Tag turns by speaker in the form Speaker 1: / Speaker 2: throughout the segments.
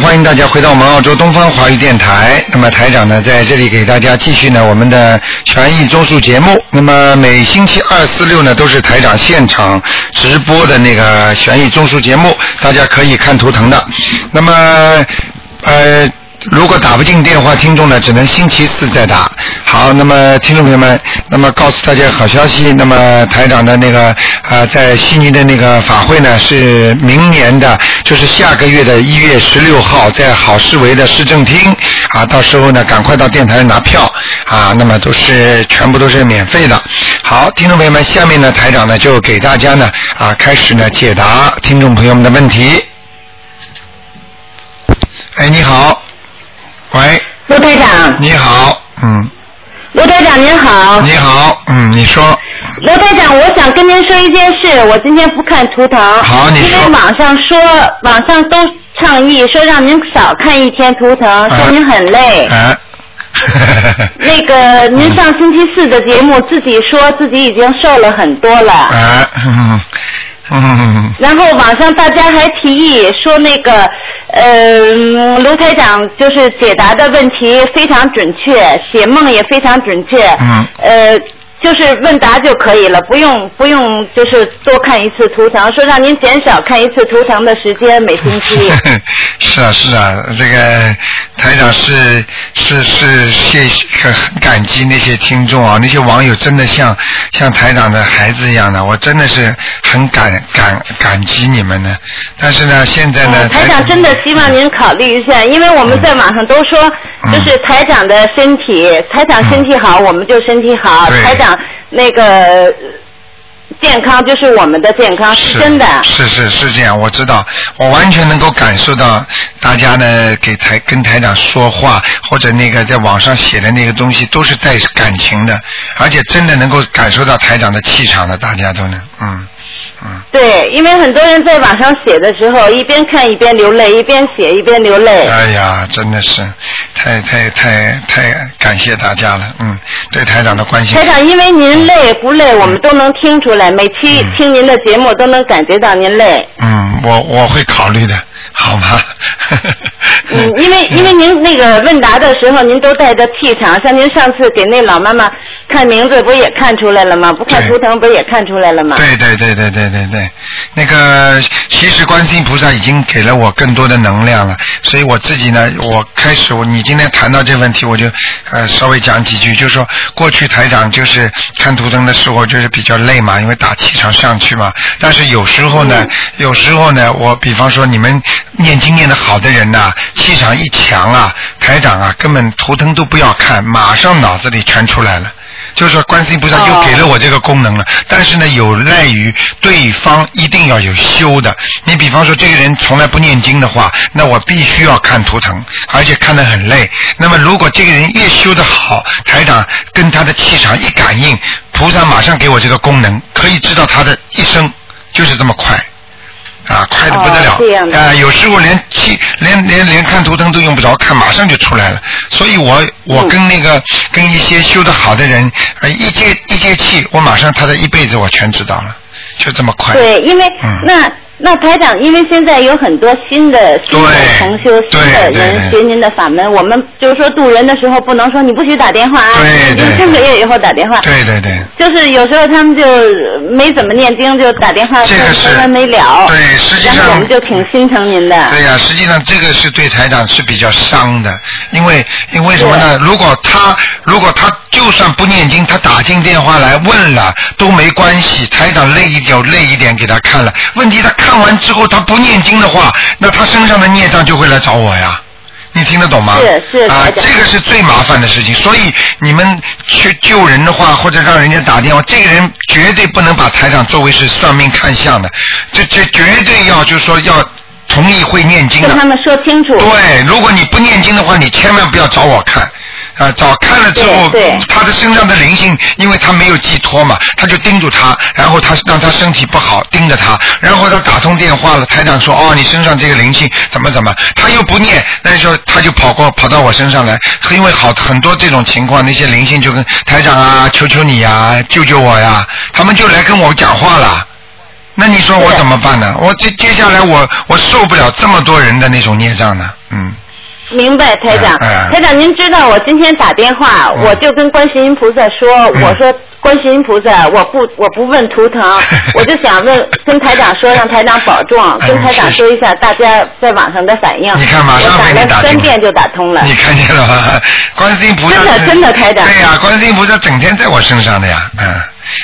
Speaker 1: 欢迎大家回到我们澳洲东方华语电台。那么台长呢，在这里给大家继续呢我们的权益综述节目。那么每星期二、四、六呢都是台长现场直播的那个权益综述节目，大家可以看图腾的。那么呃。如果打不进电话，听众呢只能星期四再打。好，那么听众朋友们，那么告诉大家好消息，那么台长的那个呃，在悉尼的那个法会呢是明年的，就是下个月的一月十六号，在好市委的市政厅啊，到时候呢赶快到电台拿票啊，那么都是全部都是免费的。好，听众朋友们，下面呢台长呢就给大家呢啊开始呢解答听众朋友们的问题。哎，你好。喂，
Speaker 2: 罗队长，
Speaker 1: 你好，嗯，
Speaker 2: 罗队长您好，
Speaker 1: 你好，嗯，你说，
Speaker 2: 罗队长，我想跟您说一件事，我今天不看图腾，
Speaker 1: 好你说
Speaker 2: 因为网上说，网上都倡议说让您少看一天图
Speaker 1: 呃
Speaker 2: 腾，说您很累。
Speaker 1: 哎，
Speaker 2: 那个，您上星期四的节目自己说自己已经瘦了很多了，
Speaker 1: 哎，嗯嗯，
Speaker 2: 然后网上大家还提议说那个，呃，卢台长就是解答的问题非常准确，解梦也非常准确。
Speaker 1: 嗯
Speaker 2: 呃，就是问答就可以了，不用不用，就是多看一次图腾，说让您减少看一次图腾的时间，每 星期。
Speaker 1: 是啊是啊，这个台长是是是谢谢很感激那些听众啊，那些网友真的像像台长的孩子一样的，我真的是很感感感激你们呢。但是呢，现在呢，
Speaker 2: 嗯台长真的希望您考虑一下，因为我们在网上都说，
Speaker 1: 嗯
Speaker 2: 就是台长的身体，台长身体好，我们就身体好，
Speaker 1: 对
Speaker 2: 台长那个呃健康就是我们的健康，啊是真的。
Speaker 1: 是是是这样，我知道，我完全能够感受到大家呢给台跟台长说话，或者那个在网上写的那个东西，都是带感情的，而且真的能够感受到台长的气场的，大家都能，嗯嗯，
Speaker 2: 对，因为很多人在网上写的时候，一边看一边流泪，一边写一边流泪。
Speaker 1: 哎呀，真的是太太太太感谢大家了，嗯，对台长的关心
Speaker 2: 台，长，因为您累不累，我们都能听出来，每期
Speaker 1: 嗯
Speaker 2: 听您的节目都能感觉到您累。
Speaker 1: 嗯，我我会考虑的，好吗？
Speaker 2: 嗯，因为因为您那个问答的时候，您都带着气场，像您上次给那老妈妈看名字，不也看出来了吗？不看
Speaker 1: 对
Speaker 2: 图腾不也看出来了吗？
Speaker 1: 对对对对对对对，那个其实观世音菩萨已经给了我更多的能量了，所以我自己呢，我开始我你今天谈到这问题，我就呃稍微讲几句，就是说过去台长就是看图腾的时候就是比较累嘛，因为打气场上去嘛，但是有时候呢，有时候呢，我比方说你们念经念得好的人呐、气场一强啊，台长啊根本图腾都不要看，马上脑子里全出来了。就是说，观世音菩萨
Speaker 2: 哦
Speaker 1: 又给了我这个功能了。但是呢，有赖于对方一定要有修的。你比方说，这个人从来不念经的话，那我必须要看图腾，而且看得很累。那么，如果这个人越修得好，台长跟他的气场一感应，菩萨马上给我这个功能，可以知道他的一生就是这么快。啊，快的不得了！
Speaker 2: 哦这样的
Speaker 1: 啊、有时候连气连连连看图腾都用不着看，马上就出来了。所以我
Speaker 2: 嗯
Speaker 1: 我跟那个、跟一些修得好的人，呃，一接一接气，我马上他的一辈子我全知道了，就这么快。
Speaker 2: 对，因为、
Speaker 1: 嗯
Speaker 2: 那那台长，因为现在有很多新的新的
Speaker 1: 对
Speaker 2: 同修、新的
Speaker 1: 对对
Speaker 2: 人学
Speaker 1: 对
Speaker 2: 您的法门，我们就是说渡人的时候不能说你不许打电话啊，
Speaker 1: 对
Speaker 2: 你
Speaker 1: 对
Speaker 2: 三个月以后打电话。
Speaker 1: 对对对，
Speaker 2: 就是有时候他们就呃没怎么念经，就打电话
Speaker 1: 这个是
Speaker 2: 没完没了。
Speaker 1: 对实际上
Speaker 2: 然后我们就挺心疼您的。
Speaker 1: 对呀、实际上这个是对台长是比较伤的，因为因为什么呢？如果他如果他就算不念经，他打进电话来问了都没关系，台长累一点累一点给他看了。问题他看完之后他不念经的话，那他身上的孽障就会来找我呀。你听得懂吗？
Speaker 2: 是是
Speaker 1: 啊
Speaker 2: 台，长
Speaker 1: 这个是最麻烦的事情，所以你们去救人的话，或者让人家打电话，这个人绝对不能把台长作为是算命看相的，这这绝对要就是说要同意会念经
Speaker 2: 跟他
Speaker 1: 的。
Speaker 2: 们说清楚。
Speaker 1: 对，如果你不念经的话，你千万不要找我看。啊，找看了之后
Speaker 2: 对对，
Speaker 1: 他的身上的灵性，因为他没有寄托嘛，他就盯住他，然后他让他身体不好，盯着他，然后他打通电话了，台长说，哦，你身上这个灵性怎么怎么，他又不念，那时候他就跑过跑到我身上来，因为好很多这种情况，那些灵性就跟台长啊，求求你啊，救救我呀，他们就来跟我讲话了。那你说我怎么办呢？我接接下来我我受不了这么多人的那种孽障呢，嗯。
Speaker 2: 明白，台长。
Speaker 1: 哎哎
Speaker 2: 台长，您知道我今天打电话，
Speaker 1: 嗯
Speaker 2: 我就跟观世音菩萨说，
Speaker 1: 嗯
Speaker 2: 我说观世音菩萨，我不我不问 图腾，我就想问跟台长说，让台长保重，
Speaker 1: 哎
Speaker 2: 跟台长
Speaker 1: 是
Speaker 2: 说一下大家在网上的反应。
Speaker 1: 你看马上
Speaker 2: 我
Speaker 1: 为
Speaker 2: 打
Speaker 1: 你打
Speaker 2: 了
Speaker 1: 进
Speaker 2: 三
Speaker 1: 来
Speaker 2: 遍就打通了。
Speaker 1: 你看见了吗？观世音菩萨
Speaker 2: 真的
Speaker 1: 是
Speaker 2: 真的台长
Speaker 1: 对呀、观世音菩萨整天在我身上的呀，嗯。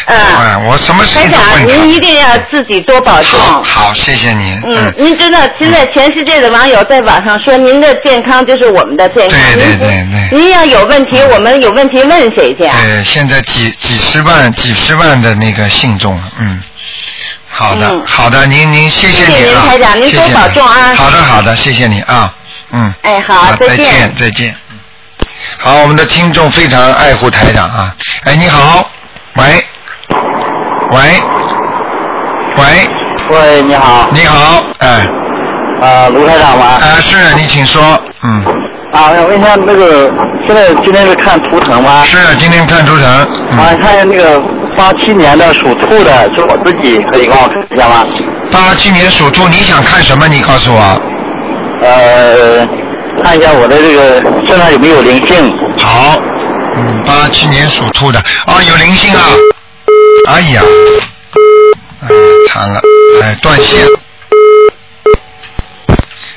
Speaker 2: 嗯
Speaker 1: 哎我什么事
Speaker 2: 台
Speaker 1: 情都
Speaker 2: 长，
Speaker 1: 问他。
Speaker 2: 您一定要自己多保重。
Speaker 1: 好，好，谢谢您。
Speaker 2: 嗯，您知道现在全世界的网友在网上说您的健康就是我们的健康，
Speaker 1: 对对
Speaker 2: 您不
Speaker 1: 对对
Speaker 2: 您要有问题，我们有问题问谁去啊？
Speaker 1: 对，现在几几十万、几十万的那个信众了，嗯。好的，
Speaker 2: 嗯
Speaker 1: 好的，您您谢
Speaker 2: 谢谢
Speaker 1: 您啊，
Speaker 2: 您台长
Speaker 1: 谢
Speaker 2: 您
Speaker 1: 谢
Speaker 2: 多保重啊
Speaker 1: 好的，好的，谢谢你啊，嗯。
Speaker 2: 哎好再
Speaker 1: 再见
Speaker 2: 见，
Speaker 1: 再见。嗯好，我们的听众非常爱护台长啊。哎，你好，喂，喂，喂，
Speaker 3: 喂，你好，
Speaker 1: 你好，哎，
Speaker 3: 啊，卢台长吗？
Speaker 1: 啊，是你请说，嗯，
Speaker 3: 啊，我想问一下那个，现在今天是看图腾吗？
Speaker 1: 是今天看图腾，
Speaker 3: 啊，
Speaker 1: 嗯，
Speaker 3: 看一下那个八七年的属兔的，是我自己，可以帮我看一下吗？
Speaker 1: 八七年属兔，你想看什么？你告诉我。
Speaker 3: 呃，看一下我的这个身上有没有灵性？
Speaker 1: 好，嗯，八七年属兔的，哦，有灵性啊！哎呀，哎，惨了，哎，断线。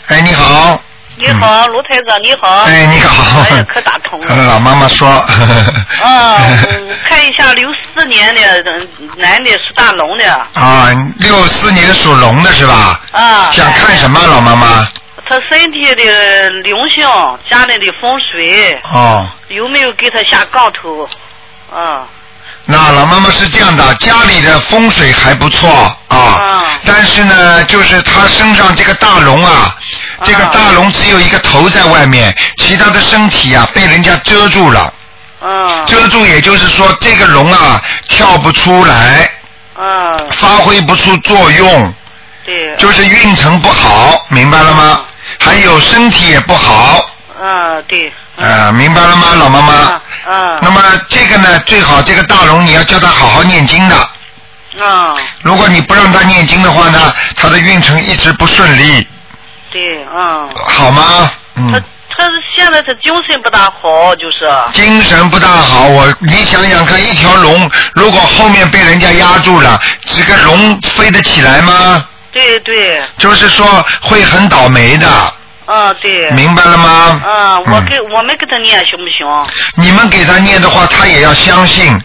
Speaker 1: 哎，你好。
Speaker 4: 你好，卢台长，你好。
Speaker 1: 哎，你好。
Speaker 4: 哎呀可打通了
Speaker 1: 老妈妈说。
Speaker 4: 啊，我看一下六四年的嗯男的是大龙的
Speaker 1: 啊，六四年属龙的是吧？
Speaker 4: 啊。哎
Speaker 1: 想看什么，老妈妈？
Speaker 4: 他身体的灵性，家里的风水
Speaker 1: 哦，
Speaker 4: 有没有给他下杠头？啊，
Speaker 1: 那老妈妈是这样的，家里的风水还不错啊
Speaker 4: 啊，
Speaker 1: 但是呢，就是她身上这个大龙啊，这个
Speaker 4: 啊
Speaker 1: 大龙只有一个头在外面，其他的身体啊被人家遮住了，
Speaker 4: 嗯，
Speaker 1: 遮住也就是说这个龙啊跳不出来，
Speaker 4: 嗯，
Speaker 1: 发挥不出作用，
Speaker 4: 对，
Speaker 1: 就是运程不好，明白了吗？还有身体也不好，
Speaker 4: 嗯，对，
Speaker 1: 呃，明白了吗，老妈妈
Speaker 4: 嗯？嗯
Speaker 1: 那么这个呢，最好这个大龙你要叫他好好念经的。
Speaker 4: 嗯，
Speaker 1: 如果你不让他念经的话呢，他的运程一直不顺利，
Speaker 4: 对，嗯，
Speaker 1: 好吗？
Speaker 4: 他
Speaker 1: 嗯，
Speaker 4: 他现在他精神不大好，就是，
Speaker 1: 精神不大好。我你想想看，一条龙如果后面被人家压住了，这个龙飞得起来吗？
Speaker 4: 对对，
Speaker 1: 就是说会很倒霉的，
Speaker 4: 嗯对，
Speaker 1: 明白了吗？
Speaker 4: 嗯，我
Speaker 1: 嗯
Speaker 4: 给我们给他念行不行？
Speaker 1: 你们给他念的话，他也要相信。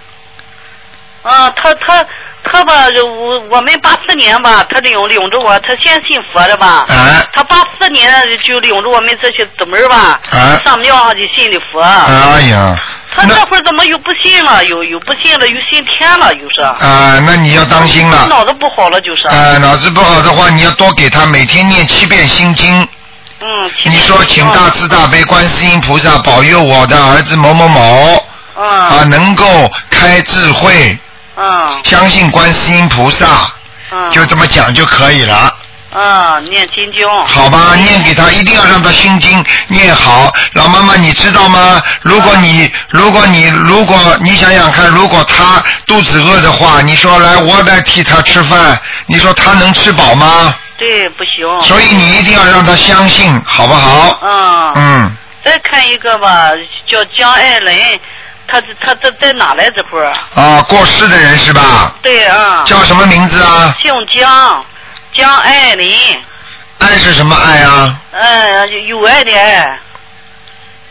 Speaker 4: 啊，他他他吧，我我们八四年吧，他领领着我，他先信佛的吧。
Speaker 1: 哎
Speaker 4: 他八四年就领着我们这些姊妹儿吧，
Speaker 1: 哎
Speaker 4: 上庙上去信的佛。
Speaker 1: 哎呀，
Speaker 4: 他
Speaker 1: 那
Speaker 4: 这会儿怎么又不信了？又又不信了，又信天了，又是。
Speaker 1: 啊、那你要当心了。
Speaker 4: 脑子不好了，就是。
Speaker 1: 啊呃，脑子不好的话，你要多给他每天念七遍心经。
Speaker 4: 嗯。其实
Speaker 1: 你说，请大慈大悲观世音菩萨保佑我的儿子某某某啊，
Speaker 4: 嗯。
Speaker 1: 能够开智慧，
Speaker 4: 嗯。
Speaker 1: 相信观世音菩萨，
Speaker 4: 嗯。
Speaker 1: 啊就这么讲就可以了，
Speaker 4: 嗯，念金经。
Speaker 1: 好吧？念给他，一定要让他心经念好。老妈妈，你知道吗？如果你，如果你，如果你想想看，如果他肚子饿的话，你说来，我来替他吃饭，你说他能吃饱吗？
Speaker 4: 对，不行。
Speaker 1: 所以你一定要让他相信，好不好？
Speaker 4: 嗯。
Speaker 1: 嗯。
Speaker 4: 再看一个吧，叫江爱伦，他他这在哪来这会儿？
Speaker 1: 啊，过世的人是吧？
Speaker 4: 对啊，
Speaker 1: 叫什么名字啊？
Speaker 4: 姓江，江爱伦，
Speaker 1: 爱是什么爱啊？
Speaker 4: 呃，有爱的爱，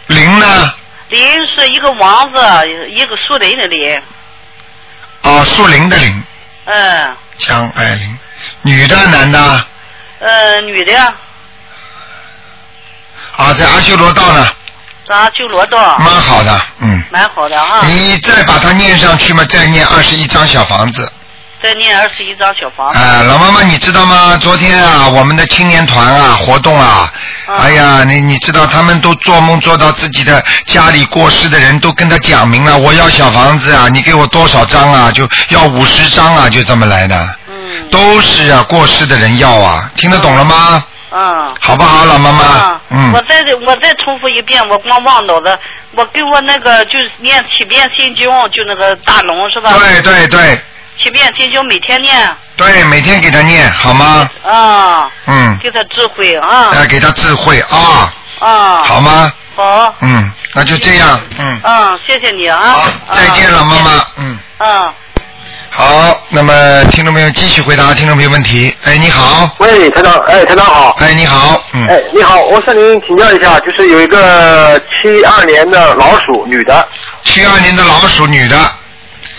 Speaker 1: 林呢？
Speaker 4: 林是一个王字，一个树林的林，
Speaker 1: 啊，树林的林，
Speaker 4: 嗯，
Speaker 1: 江爱玲，女的男的？
Speaker 4: 呃，女的，
Speaker 1: 啊，在阿修罗道呢，
Speaker 4: 咱修罗道，
Speaker 1: 蛮好的，嗯。
Speaker 4: 蛮好的哈。
Speaker 1: 你再把它念上去嘛，再念二十一张小房子。
Speaker 4: 再念二十一张小房
Speaker 1: 啊、
Speaker 4: 子，
Speaker 1: 老妈妈，你知道吗？昨天啊，我们的青年团啊活动啊，
Speaker 4: 嗯
Speaker 1: 哎呀，你你知道他们都做梦做到自己的家里过世的人都跟他讲明了，我要小房子啊，你给我多少张啊？就要五十张啊，就这么来的，
Speaker 4: 嗯，
Speaker 1: 都是啊过世的人要啊，听得懂了吗？
Speaker 4: 嗯。
Speaker 1: 好不好，老妈妈
Speaker 4: 啊？，我
Speaker 1: 嗯，
Speaker 4: 再我再重复一遍，我光忘脑子，我给我那个就是念七遍心经，就那个大龙是吧？
Speaker 1: 对对对，
Speaker 4: 七七遍心经每天念
Speaker 1: 对，每天给他念好吗？
Speaker 4: 啊，
Speaker 1: 嗯，
Speaker 4: 给他智慧啊
Speaker 1: 呃，给他智慧啊，
Speaker 4: 啊，
Speaker 1: 好吗？
Speaker 4: 好，
Speaker 1: 嗯，那就这样，嗯，
Speaker 4: 嗯，谢谢你啊
Speaker 1: 好，，再见了，
Speaker 4: 啊
Speaker 1: 妈妈，嗯，
Speaker 4: 嗯。
Speaker 1: 好，那么听众朋友继续回答听众朋友问题。哎，你好，
Speaker 3: 喂，台长，哎，台长好。
Speaker 1: 哎，你好，嗯，
Speaker 3: 哎，你好，我向您请教一下，就是有一个七二年的老鼠女的，
Speaker 1: 七二年的老鼠女的，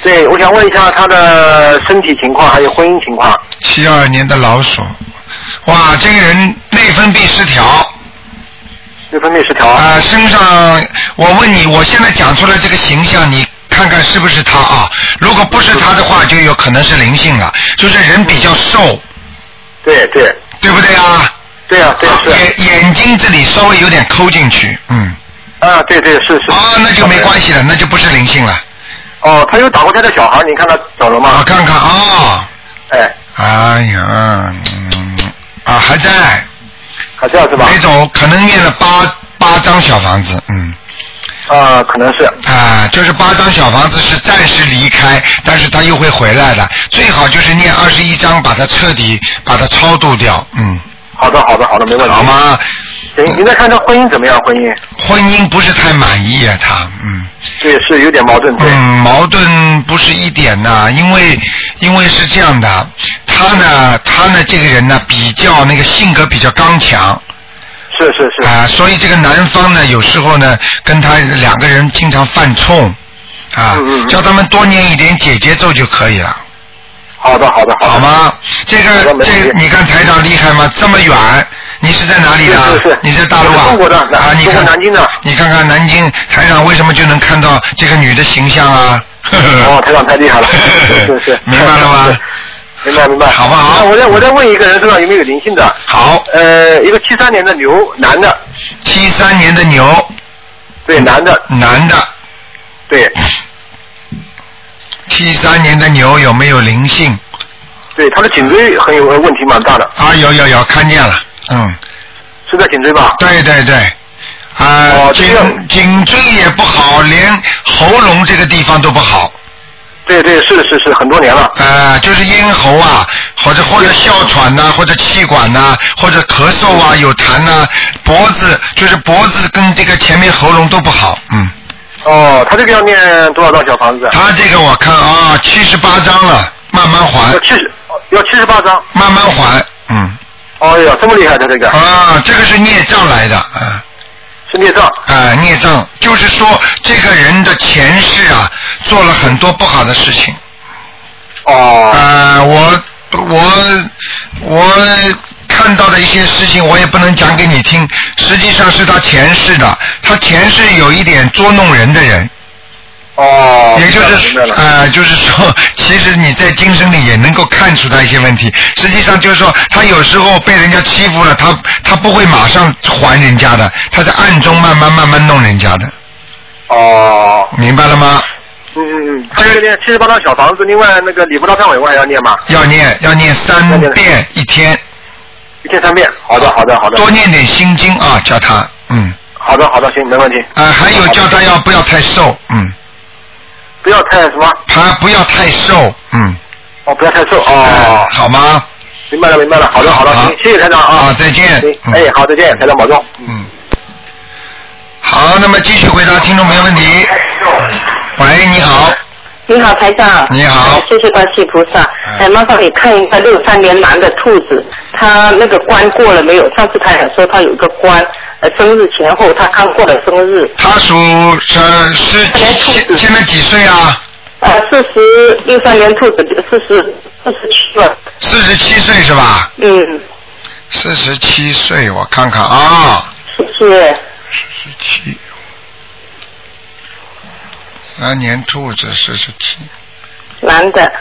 Speaker 3: 对，我想问一下她的身体情况，还有婚姻情况。
Speaker 1: 七二年的老鼠，哇，这个人内分泌失调。
Speaker 3: 这分泌失调啊。
Speaker 1: 啊、身上，我问你，我现在讲出来这个形象，你看看是不是他啊？如果不是他的话，就有可能是灵性了，就是人比较瘦，
Speaker 3: 对对
Speaker 1: 对不对啊？
Speaker 3: 对啊，对是
Speaker 1: 眼眼睛这里稍微有点抠进去，嗯，
Speaker 3: 啊，对对是是。
Speaker 1: 啊，那就没关
Speaker 3: 系。
Speaker 1: 系了，那就不是灵性了。
Speaker 3: 哦，她有打过胎的小孩，你看她走了
Speaker 1: 我
Speaker 3: 吗？
Speaker 1: 看看啊、
Speaker 3: 哎，
Speaker 1: 哎呀，嗯，啊还在，
Speaker 3: 还是要是吧？
Speaker 1: 没走，可能念了八八张小房子，嗯。
Speaker 3: 啊，可能是。
Speaker 1: 啊，就是八张小房子是暂时离开，但是他又会回来的。最好就是念二十一章，把它彻底把它超度掉，嗯，
Speaker 3: 好的好的好的，没问题。
Speaker 1: 好？吗？
Speaker 3: 行，您再看她婚姻怎么样？婚姻
Speaker 1: 婚姻不是太满意啊，他，嗯
Speaker 3: 对是有点矛盾，对。
Speaker 1: 嗯，矛盾不是一点呐、因为因为是这样的，他呢，他呢这个人呢比较那个性格比较刚强，
Speaker 3: 是是是。
Speaker 1: 啊、所以这个男方呢，有时候呢，跟他两个人经常犯冲，啊，
Speaker 3: 嗯嗯嗯
Speaker 1: 叫他们多念一点解结咒就可以了，
Speaker 3: 好的好的好的。
Speaker 1: 好？吗？这
Speaker 3: 好
Speaker 1: 个
Speaker 3: 的嗯没问
Speaker 1: 这
Speaker 3: 题
Speaker 1: 个，你看台长厉害吗？这么远，你是在哪里的？
Speaker 3: 是是是
Speaker 1: 你在大陆啊？
Speaker 3: 我是中国的
Speaker 1: 啊，你
Speaker 3: 中
Speaker 1: 看
Speaker 3: 国南京的
Speaker 1: 你看看南京台长为什么就能看到这个女的形象啊？
Speaker 3: 哦，台长太厉害了，是是是，
Speaker 1: 明白了吗？
Speaker 3: 明白明白，
Speaker 1: 好不好
Speaker 3: 那我再我再问一个人身上有没有灵性的？
Speaker 1: 好，
Speaker 3: 呃，一个七三年的牛，男的，
Speaker 1: 七三年的牛，嗯
Speaker 3: 对，男的，
Speaker 1: 男的，
Speaker 3: 对，
Speaker 1: 嗯七三年的牛有没有灵性？
Speaker 3: 对，他的颈椎很有呃问题，蛮大的，
Speaker 1: 啊，有有有，看见了，嗯。
Speaker 3: 是在颈椎吧？
Speaker 1: 对对对，啊、
Speaker 3: 哦这个
Speaker 1: 颈颈椎也不好，连喉咙这个地方都不好，
Speaker 3: 对对，是是是，很多年了。
Speaker 1: 呃，就是咽喉啊，或者或者哮喘呐、或者气管呐、或者咳嗽啊，有痰呐、脖子就是脖子跟这个前面喉咙都不好，嗯，
Speaker 3: 哦，他这个要念多少张小房子？
Speaker 1: 他这个我看啊，七十八章了，慢慢还
Speaker 3: 要，七十，哦要七十八张。
Speaker 1: 慢慢还，嗯，
Speaker 3: 哎呀，这么厉害的这个，
Speaker 1: 啊，这个是孽障来的，啊、
Speaker 3: 是孽障。
Speaker 1: 啊，孽障就是说这个人的前世啊，做了很多不好的事情。
Speaker 3: 哦，
Speaker 1: 啊，我我我看到的一些事情，我也不能讲给你听。实际上是他前世的，他前世有一点捉弄人的人，
Speaker 3: 哦，
Speaker 1: 也就
Speaker 3: 明
Speaker 1: 是
Speaker 3: 白了明白了。
Speaker 1: 呃，就是说，其实你在今生里也能够看出他一些问题。实际上就是说，他有时候被人家欺负了，他他不会马上还人家的，他在暗中慢慢慢慢弄人家的，
Speaker 3: 哦，
Speaker 1: 明白了吗？
Speaker 3: 嗯嗯
Speaker 1: 啊
Speaker 3: 嗯，他这个念七十八张小房子，另外那个礼佛大忏悔文还要念吗？
Speaker 1: 要念要念三遍一天，
Speaker 3: 一天三遍。好的，好的，好的。
Speaker 1: 多念点心经啊，叫他嗯。
Speaker 3: 好的，好的，行，没问题。
Speaker 1: 啊，还有叫他要不要太瘦，嗯，
Speaker 3: 不要太什么？
Speaker 1: 他不要太瘦，嗯，
Speaker 3: 哦，不要太瘦。
Speaker 1: 哎
Speaker 3: 哦，
Speaker 1: 好吗？
Speaker 3: 明白了，明白了。好的，好的，
Speaker 1: 好
Speaker 3: 行，谢谢台长
Speaker 1: 啊，
Speaker 3: 啊。
Speaker 1: 再见
Speaker 3: 行，，
Speaker 1: 嗯
Speaker 3: 哎，好，再见，台长保重。
Speaker 1: 嗯，好，那么继续回答听众朋友问题。喂，你好，
Speaker 5: 你好，台长。
Speaker 1: 你好
Speaker 5: 哎谢谢观世菩萨。哎，麻烦你看一下六三年男的兔子，他那个关过了没有？上次他也说他有一个关，呃，生日前后他刚过了生日，
Speaker 1: 他属呃是几现现在几岁啊？
Speaker 5: 呃，四十六三年兔子四十四十七了，
Speaker 1: 四十七岁是吧？
Speaker 5: 嗯，
Speaker 1: 四十七岁，我看看啊，
Speaker 5: 谢谢。
Speaker 1: 十七，来年兔子四十七，
Speaker 5: 男的，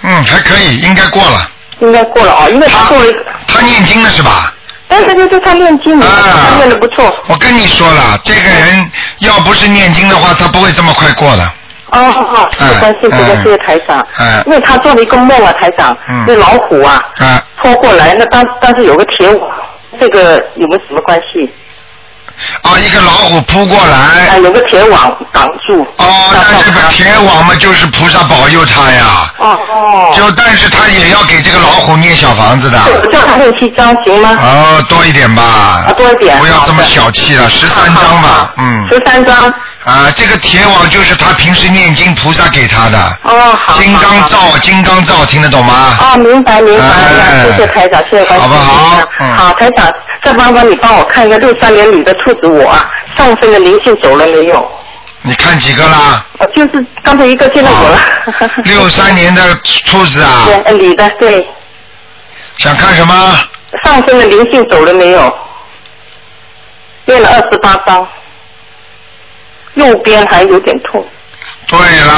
Speaker 1: 嗯，还可以，应该过了。
Speaker 5: 应该过了哦，因为他过了一个，
Speaker 1: 他念经了是吧？
Speaker 5: 但是就是他念经，
Speaker 1: 啊
Speaker 5: 他念的不错。
Speaker 1: 我跟你说了，这个人要不是念经的话，他不会这么快过的。
Speaker 5: 哦，好好，谢谢观世菩萨，
Speaker 1: 嗯
Speaker 5: 谢谢台长。
Speaker 1: 嗯
Speaker 5: 因为他做了一个梦啊，台长，
Speaker 1: 嗯
Speaker 5: 那老虎啊，
Speaker 1: 啊，
Speaker 5: 拖过来，那当当时有个铁网，这个有没有什么关系？
Speaker 1: 啊，一个老虎扑过来。
Speaker 5: 啊，有个铁网挡住。
Speaker 1: 哎哦，那这个铁网嘛，就是菩萨保佑他呀。
Speaker 5: 哦哦。
Speaker 1: 就但是他也要给这个老虎念小房子的。
Speaker 5: 对，叫他念七张行吗？
Speaker 1: 哦，多一点吧
Speaker 5: 啊，。多一点。
Speaker 1: 不要这么小气了，十三张吧，嗯。
Speaker 5: 十三张。哦
Speaker 1: 啊，这个铁网就是他平时念经菩萨给他的。
Speaker 5: 哦，好。
Speaker 1: 金
Speaker 5: 好
Speaker 1: 刚
Speaker 5: 好
Speaker 1: 罩，金刚罩，听得懂吗？
Speaker 5: 哦，明白明白，
Speaker 1: 哎
Speaker 5: 谢谢台长，谢谢关心。
Speaker 1: 好不好嗯
Speaker 5: 好，台长，再麻烦你帮我看一个六三年女的兔子我啊，上身的灵性走了没有？
Speaker 1: 你看几个啦？
Speaker 5: 呃就是刚才一个，现在有了。
Speaker 1: 哦 六三年的兔子啊，
Speaker 5: 对，呃女的对，
Speaker 1: 想看什么？
Speaker 5: 上身的灵性走了没有？练了二十八章，右边还有点痛。
Speaker 1: 对了，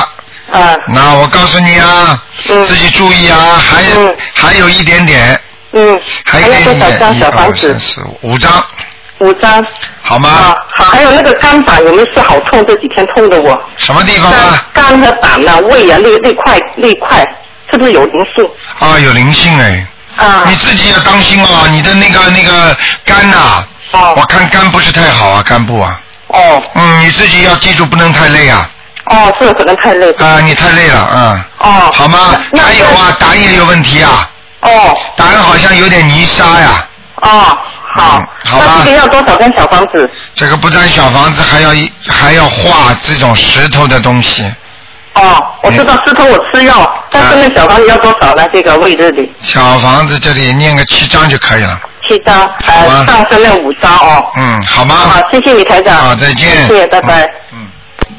Speaker 5: 啊，
Speaker 1: 那我告诉你啊，
Speaker 5: 嗯
Speaker 1: 自己注意啊，还、
Speaker 5: 嗯
Speaker 1: 还有一点点，
Speaker 5: 嗯，
Speaker 1: 还有
Speaker 5: 要
Speaker 1: 一
Speaker 5: 多
Speaker 1: 点
Speaker 5: 少张
Speaker 1: 点，一
Speaker 5: 小房
Speaker 1: 二
Speaker 5: 子
Speaker 1: 三？四五五张，
Speaker 5: 五张。
Speaker 1: 好吗？
Speaker 5: 啊，好，还有那个肝胆有没有事？好痛，这几天痛的我。
Speaker 1: 什么地方
Speaker 5: 肝
Speaker 1: 啊？
Speaker 5: 肝和胆呐、胃啊，那那块那块是不是有灵性
Speaker 1: 啊，有灵性哎，
Speaker 5: 嗯啊？
Speaker 1: 你自己要当心哦，你的那个那个肝呐、我
Speaker 5: 哦
Speaker 1: 看肝不是太好啊，肝部啊，
Speaker 5: 哦
Speaker 1: 嗯，你自己要记住不能太累啊，
Speaker 5: 哦，是可能太累了。
Speaker 1: 啊、你太累了，嗯，
Speaker 5: 哦，
Speaker 1: 好吗？
Speaker 5: 那
Speaker 1: 还有啊，胆也有问题啊，
Speaker 5: 那哦
Speaker 1: 胆好像有点泥沙呀、
Speaker 5: 哦，好
Speaker 1: 嗯，好吧
Speaker 5: 那这个要多少间小房子？
Speaker 1: 这个不但小房子，还要一还要画这种石头的东西。
Speaker 5: 哦，我知道石头我吃
Speaker 1: 嗯
Speaker 5: 药，但是那小房子要多少呢？这个位置里
Speaker 1: 小房子这里念个七章就可以了，
Speaker 5: 七张，
Speaker 1: 好吧
Speaker 5: 呃，上升了五张哦。
Speaker 1: 嗯，好吗？
Speaker 5: 好，谢谢你台
Speaker 1: 好，
Speaker 5: 长，
Speaker 1: 再见。
Speaker 5: 谢谢，拜拜。
Speaker 1: 嗯。嗯，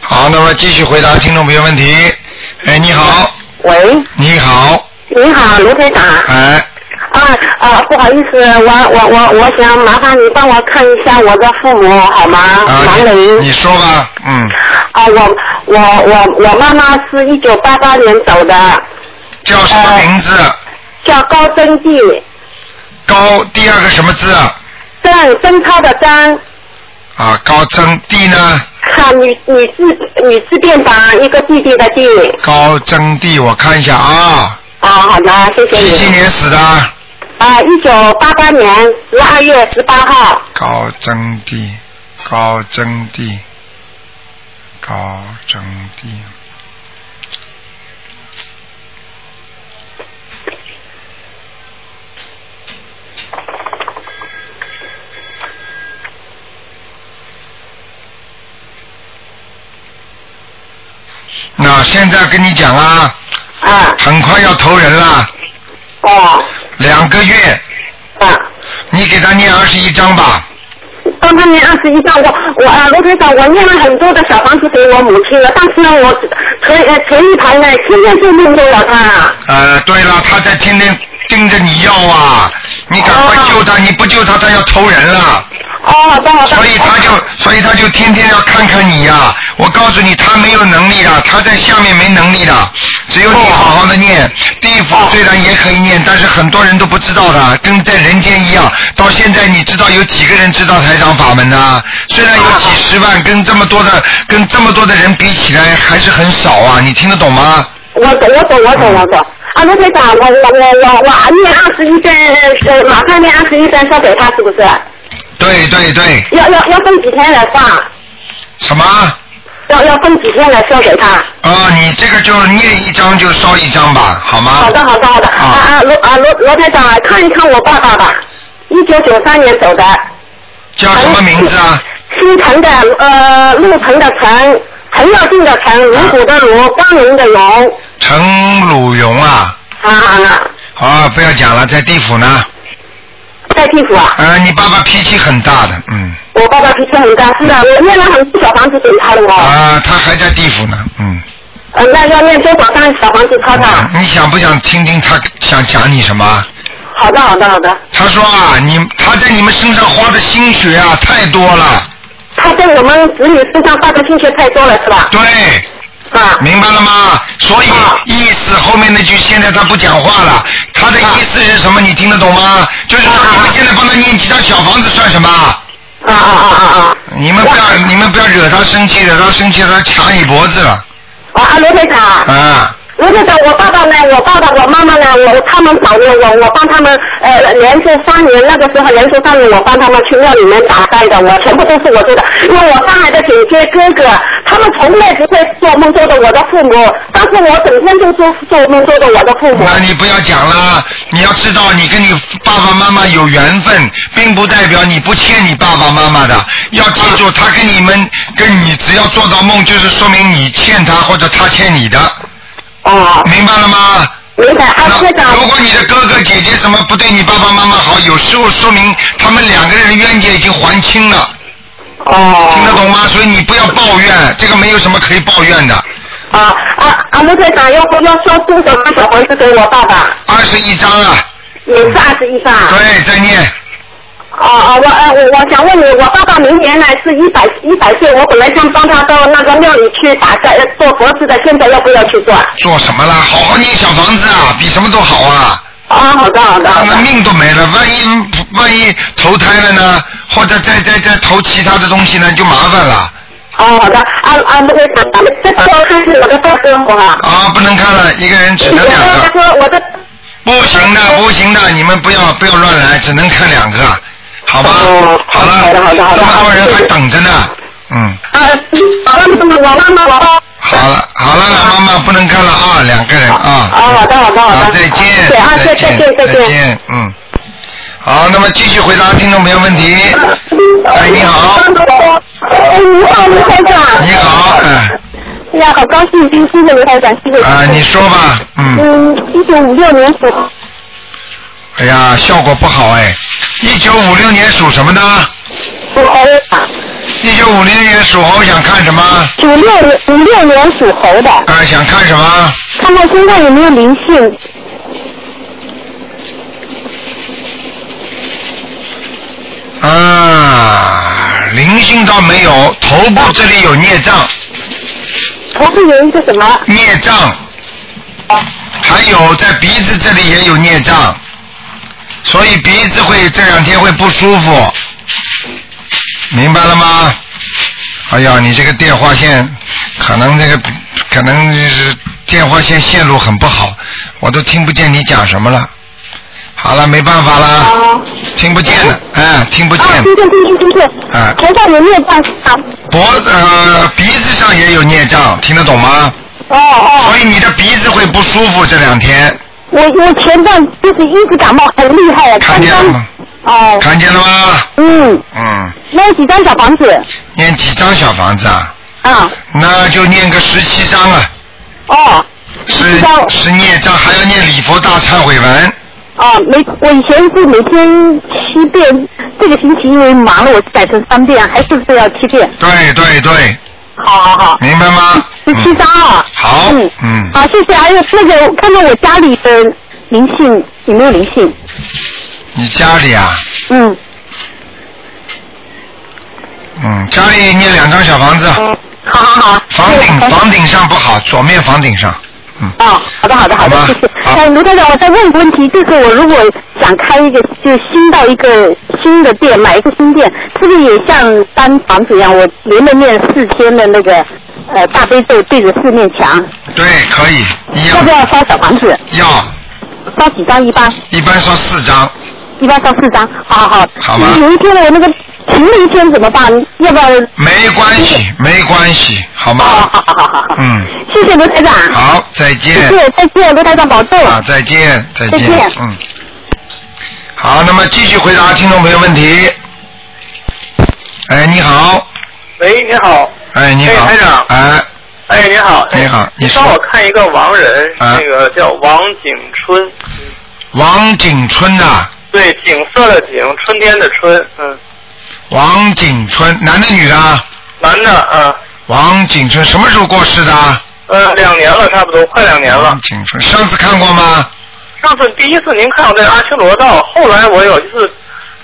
Speaker 1: 好，那么继续回答听众朋友问题。哎，你好，
Speaker 5: 喂，
Speaker 1: 你好，
Speaker 5: 你好，卢台长。
Speaker 1: 哎，
Speaker 5: 啊啊，不好意思，我我我我想麻烦你帮我看一下我的父母好吗？
Speaker 1: 啊，
Speaker 5: 盲
Speaker 1: 你
Speaker 5: 人
Speaker 1: 你说吧，嗯，
Speaker 5: 啊，我我我我妈妈是一九八八年走的，
Speaker 1: 叫什么名字？
Speaker 5: 啊叫高真纪，
Speaker 1: 高第二个什么字啊？
Speaker 5: 郑郑超的郑，
Speaker 1: 啊，高增第呢？
Speaker 5: 哈、女女字女字变法一个弟弟的弟。
Speaker 1: 高增第，我看一下啊，
Speaker 5: 啊，好的，谢
Speaker 1: 几
Speaker 5: 谢
Speaker 1: 几
Speaker 5: 你。
Speaker 1: 年死的？
Speaker 5: 啊，一九八八年十二月十八号，
Speaker 1: 高征地，高征地，高征地。那现在跟你讲啊，
Speaker 5: 啊，
Speaker 1: 很快要投人了，
Speaker 5: 哦，
Speaker 1: 两个月，
Speaker 5: 啊。
Speaker 1: 你给他念二十一章吧。
Speaker 5: 帮他念二十一张，我我呃罗队长，我念了很多的小房子给我母亲了，但是呢，我前呃前一排呢，天天就梦见了她。
Speaker 1: 呃，对了，他在天天盯着你要啊，你赶快救他，你不救他，他要偷人了，
Speaker 5: 哦，好的好的。
Speaker 1: 所以他就，所以他就天天要看看你呀、啊我告诉你，他没有能力的，他在下面没能力的，只有你好好的念。地府虽然也可以念，但是很多人都不知道的，跟在人间一样。到现在你知道有几个人知道台长法门呢、虽然有几十万，跟这么多的，跟这么多的人比起来，还是很少啊。你听得懂吗？
Speaker 5: 我懂我懂我懂我懂。啊，罗队长，我我我我我念二十一张，呃，马上念二十一张烧给他，是不是？
Speaker 1: 对对对，
Speaker 5: 要要要分几天来放？
Speaker 1: 什么？
Speaker 5: 要要分几天来烧给他？
Speaker 1: 啊，你这个就念一张就烧一张吧，好吗？
Speaker 5: 好的，好的，好的。啊啊，罗啊罗罗台长，看一看我爸爸吧，一九九三年走的。
Speaker 1: 叫什么名字啊？
Speaker 5: 清晨的呃，陆晨的晨，陈耀进的陈，龙骨的龙，光荣的荣。
Speaker 1: 陈鲁荣啊，
Speaker 5: 啊啊，
Speaker 1: 啊，不要讲了，在地府呢。
Speaker 5: 在地府啊！
Speaker 1: 呃，你爸爸脾气很大的，嗯，
Speaker 5: 我爸爸脾气很大，是的，我念了很多小房子给他了哦。
Speaker 1: 啊，他还在地府呢，嗯。
Speaker 5: 呃，那要念多少张小房子他的？
Speaker 1: 你想不想听听他想讲你什么？
Speaker 5: 好的，好的，好的。
Speaker 1: 他说啊，你他在你们身上花的心血啊太多了，
Speaker 5: 他在我们子女身上花的心血太多了，是吧？
Speaker 1: 对，
Speaker 5: 啊，
Speaker 1: 明白了吗？所以意思后面那句，现在他不讲话了，他的意思是什么？你听得懂吗？就是说你们现在帮他念几张小房子算什么？
Speaker 5: 啊啊啊啊啊！
Speaker 1: 你们不要你们不要惹他生气，惹他生气他掐你脖子了
Speaker 5: 啊，啊罗队长，
Speaker 1: 啊！
Speaker 6: 卢队长，我爸爸呢？我爸爸，我妈妈呢？我他们找了我，我帮他们呃连续三年，那个时候连续三年，我帮他们去庙里面打斋的，我全部都是我做的。因为我上海的姐姐哥哥，他们从来不会做梦做的我的父母，但是我整天就做做梦做的我的父母。
Speaker 1: 那你不要讲了，你要知道，你跟你爸爸妈妈有缘分，并不代表你不欠你爸爸妈妈的。要记住，他跟你们跟你只要做到梦，就是说明你欠他或者他欠你的。
Speaker 6: 哦。
Speaker 1: 明白了吗？
Speaker 6: 明白。啊，
Speaker 1: 那如果你的哥哥姐姐什么不对你爸爸妈妈好，有时候说明他们两个人的冤结已经还清了。
Speaker 6: 哦。
Speaker 1: 听得懂吗？所以你不要抱怨，这个没有什么可以抱怨的。
Speaker 6: 啊啊啊！卢队长，要不要说多少张小房子给我爸爸？
Speaker 1: 二十一张啊。
Speaker 6: 也是二十一张啊。
Speaker 1: 对，再念。
Speaker 6: 哦哦，我呃我我想问你，我爸爸明年呢是一百一百岁，我本来想帮他到那个庙里去打个呃做佛事的，现在要不要去做？啊，
Speaker 1: 做什么啦？好好念小房子啊，比什么都好啊。
Speaker 6: 好的好的啊好
Speaker 1: 那
Speaker 6: 的。
Speaker 1: 命都没了，万一万一投胎了呢？或者再再再投其他的东西呢，就麻烦了
Speaker 6: 哦好的，啊啊，那个这这要看是我的大哥我啊。
Speaker 1: 啊！不能看了，一个人只
Speaker 6: 我
Speaker 1: 能两
Speaker 6: 的
Speaker 1: 个，
Speaker 6: 大哥，我的啊
Speaker 1: 不行的，不行的，你们不要不要乱来，只能看两个，好吧？
Speaker 6: 哦
Speaker 1: 好了，
Speaker 6: 好的好的好的
Speaker 1: 这么多人
Speaker 6: 好
Speaker 1: 还
Speaker 6: 的
Speaker 1: 等着呢，嗯，
Speaker 6: 啊，我妈妈我妈妈啊我爸。
Speaker 1: 好了好了，老妈妈不能看了啊，两个人啊。
Speaker 6: 哦好的好的好
Speaker 1: 好，
Speaker 6: 的。
Speaker 1: 再见，
Speaker 6: 对啊，再
Speaker 1: 见，
Speaker 6: 见再
Speaker 1: 再
Speaker 6: 见。
Speaker 1: 见，嗯。好，那么继续回答听众朋友问题。哎，你好，
Speaker 6: 哎，你好，卢台长。
Speaker 1: 你好，哎，
Speaker 6: 哎呀，好高兴，谢谢卢台长，谢谢。
Speaker 1: 啊，你说吧，嗯，
Speaker 6: 嗯，一九五六年属
Speaker 1: 哎呀，效果不好哎。一九五六年属什么呢？
Speaker 6: 属猴的，
Speaker 1: 一九五六年属猴，想看什么？
Speaker 6: 九六年五六年属猴的，
Speaker 1: 啊，想看什么？
Speaker 6: 看看身上有没有灵性。
Speaker 1: 啊，灵性倒没有，头部这里有孽障，
Speaker 6: 头部有一个什么？
Speaker 1: 孽障，还有在鼻子这里也有孽障，所以鼻子会这两天会不舒服，明白了吗？哎呀，你这个电话线可能这个可能是电话线线路很不好，我都听不见你讲什么了。好了，没办法了，
Speaker 6: 啊，
Speaker 1: 听不见了，哎，听不见
Speaker 6: 啊，听见听见听见。
Speaker 1: 啊
Speaker 6: 头上有没有障啊？
Speaker 1: 脖子呃鼻子上也有孽障，听得懂吗？
Speaker 6: 哦哦，
Speaker 1: 所以你的鼻子会不舒服这两天，
Speaker 6: 我我前段就是一直感冒，很厉害啊，
Speaker 1: 看
Speaker 6: 刚
Speaker 1: 见了
Speaker 6: 刚
Speaker 1: 吗？
Speaker 6: 哦，
Speaker 1: 看见了吗？
Speaker 6: 嗯，
Speaker 1: 嗯，
Speaker 6: 那几张小房子
Speaker 1: 念几张小房子啊？
Speaker 6: 啊？
Speaker 1: 那就念个十七张啊，
Speaker 6: 哦，
Speaker 1: 是
Speaker 6: 17张
Speaker 1: 是孽障，还要念礼佛大忏悔文。
Speaker 6: 啊，每我以前是每天七遍，这个星期因为忙了，我改成三遍，还是不是要七遍？
Speaker 1: 对对对，
Speaker 6: 好好好，
Speaker 1: 明白吗？
Speaker 6: 十七
Speaker 1: 嗯、
Speaker 6: 张啊。
Speaker 1: 好
Speaker 6: 嗯，
Speaker 1: 嗯，
Speaker 6: 好，谢谢。还有那个，看看我家里的灵性有没有灵性？
Speaker 1: 你家里啊，
Speaker 6: 嗯，
Speaker 1: 嗯，家里念两张小房子，啊
Speaker 6: 好好好。
Speaker 1: 房顶
Speaker 6: 嗯对
Speaker 1: 房顶上不好，左面房顶上，嗯，
Speaker 6: 哦，好的，好的，好
Speaker 1: 好吧
Speaker 6: 的，谢谢。
Speaker 1: 好
Speaker 6: 哎，卢台长，我再问个问题，就是我如果想开一个，就新到一个新的店，买一个新店，是不是也像单房子一样，我连着念四天的那个呃大悲咒对着四面墙，
Speaker 1: 对，可以，一
Speaker 6: 要
Speaker 1: 样
Speaker 6: 不要烧小房子？
Speaker 1: 要，
Speaker 6: 烧几张？一般
Speaker 1: 一般说四张，
Speaker 6: 一般烧四张，好好好。
Speaker 1: 好吧
Speaker 6: 有一天我那个停了一天怎么办？要不要？
Speaker 1: 没关系，没关系，好
Speaker 6: 哦，
Speaker 1: 吗？
Speaker 6: 好好好好好。
Speaker 1: 嗯，
Speaker 6: 谢谢卢台长。
Speaker 1: 好，再
Speaker 6: 谢
Speaker 1: 见。
Speaker 6: 谢，再见，卢台长保重。
Speaker 1: 啊，再见，再见，
Speaker 6: 再见
Speaker 1: 嗯。好，那么继续回答听众朋友问题。哎，你好，
Speaker 5: 喂，你好。
Speaker 1: 哎，你好，
Speaker 5: 哎台长
Speaker 1: 哎，
Speaker 5: 哎，你好。
Speaker 1: 你好你
Speaker 5: 你
Speaker 1: 说
Speaker 5: 帮我看一个亡人，
Speaker 1: 啊
Speaker 5: 那个叫王景春，
Speaker 1: 王景春呐、
Speaker 5: 对，景色的景，春天的春，嗯，
Speaker 1: 王景春，男的女的啊？
Speaker 5: 男的，啊，
Speaker 1: 王景春什么时候过世的啊？
Speaker 5: 呃，两年了，差不多快两年了
Speaker 1: 王。景春，上次看过吗？
Speaker 5: 上次第一次您看我在阿修罗道，后来我有一次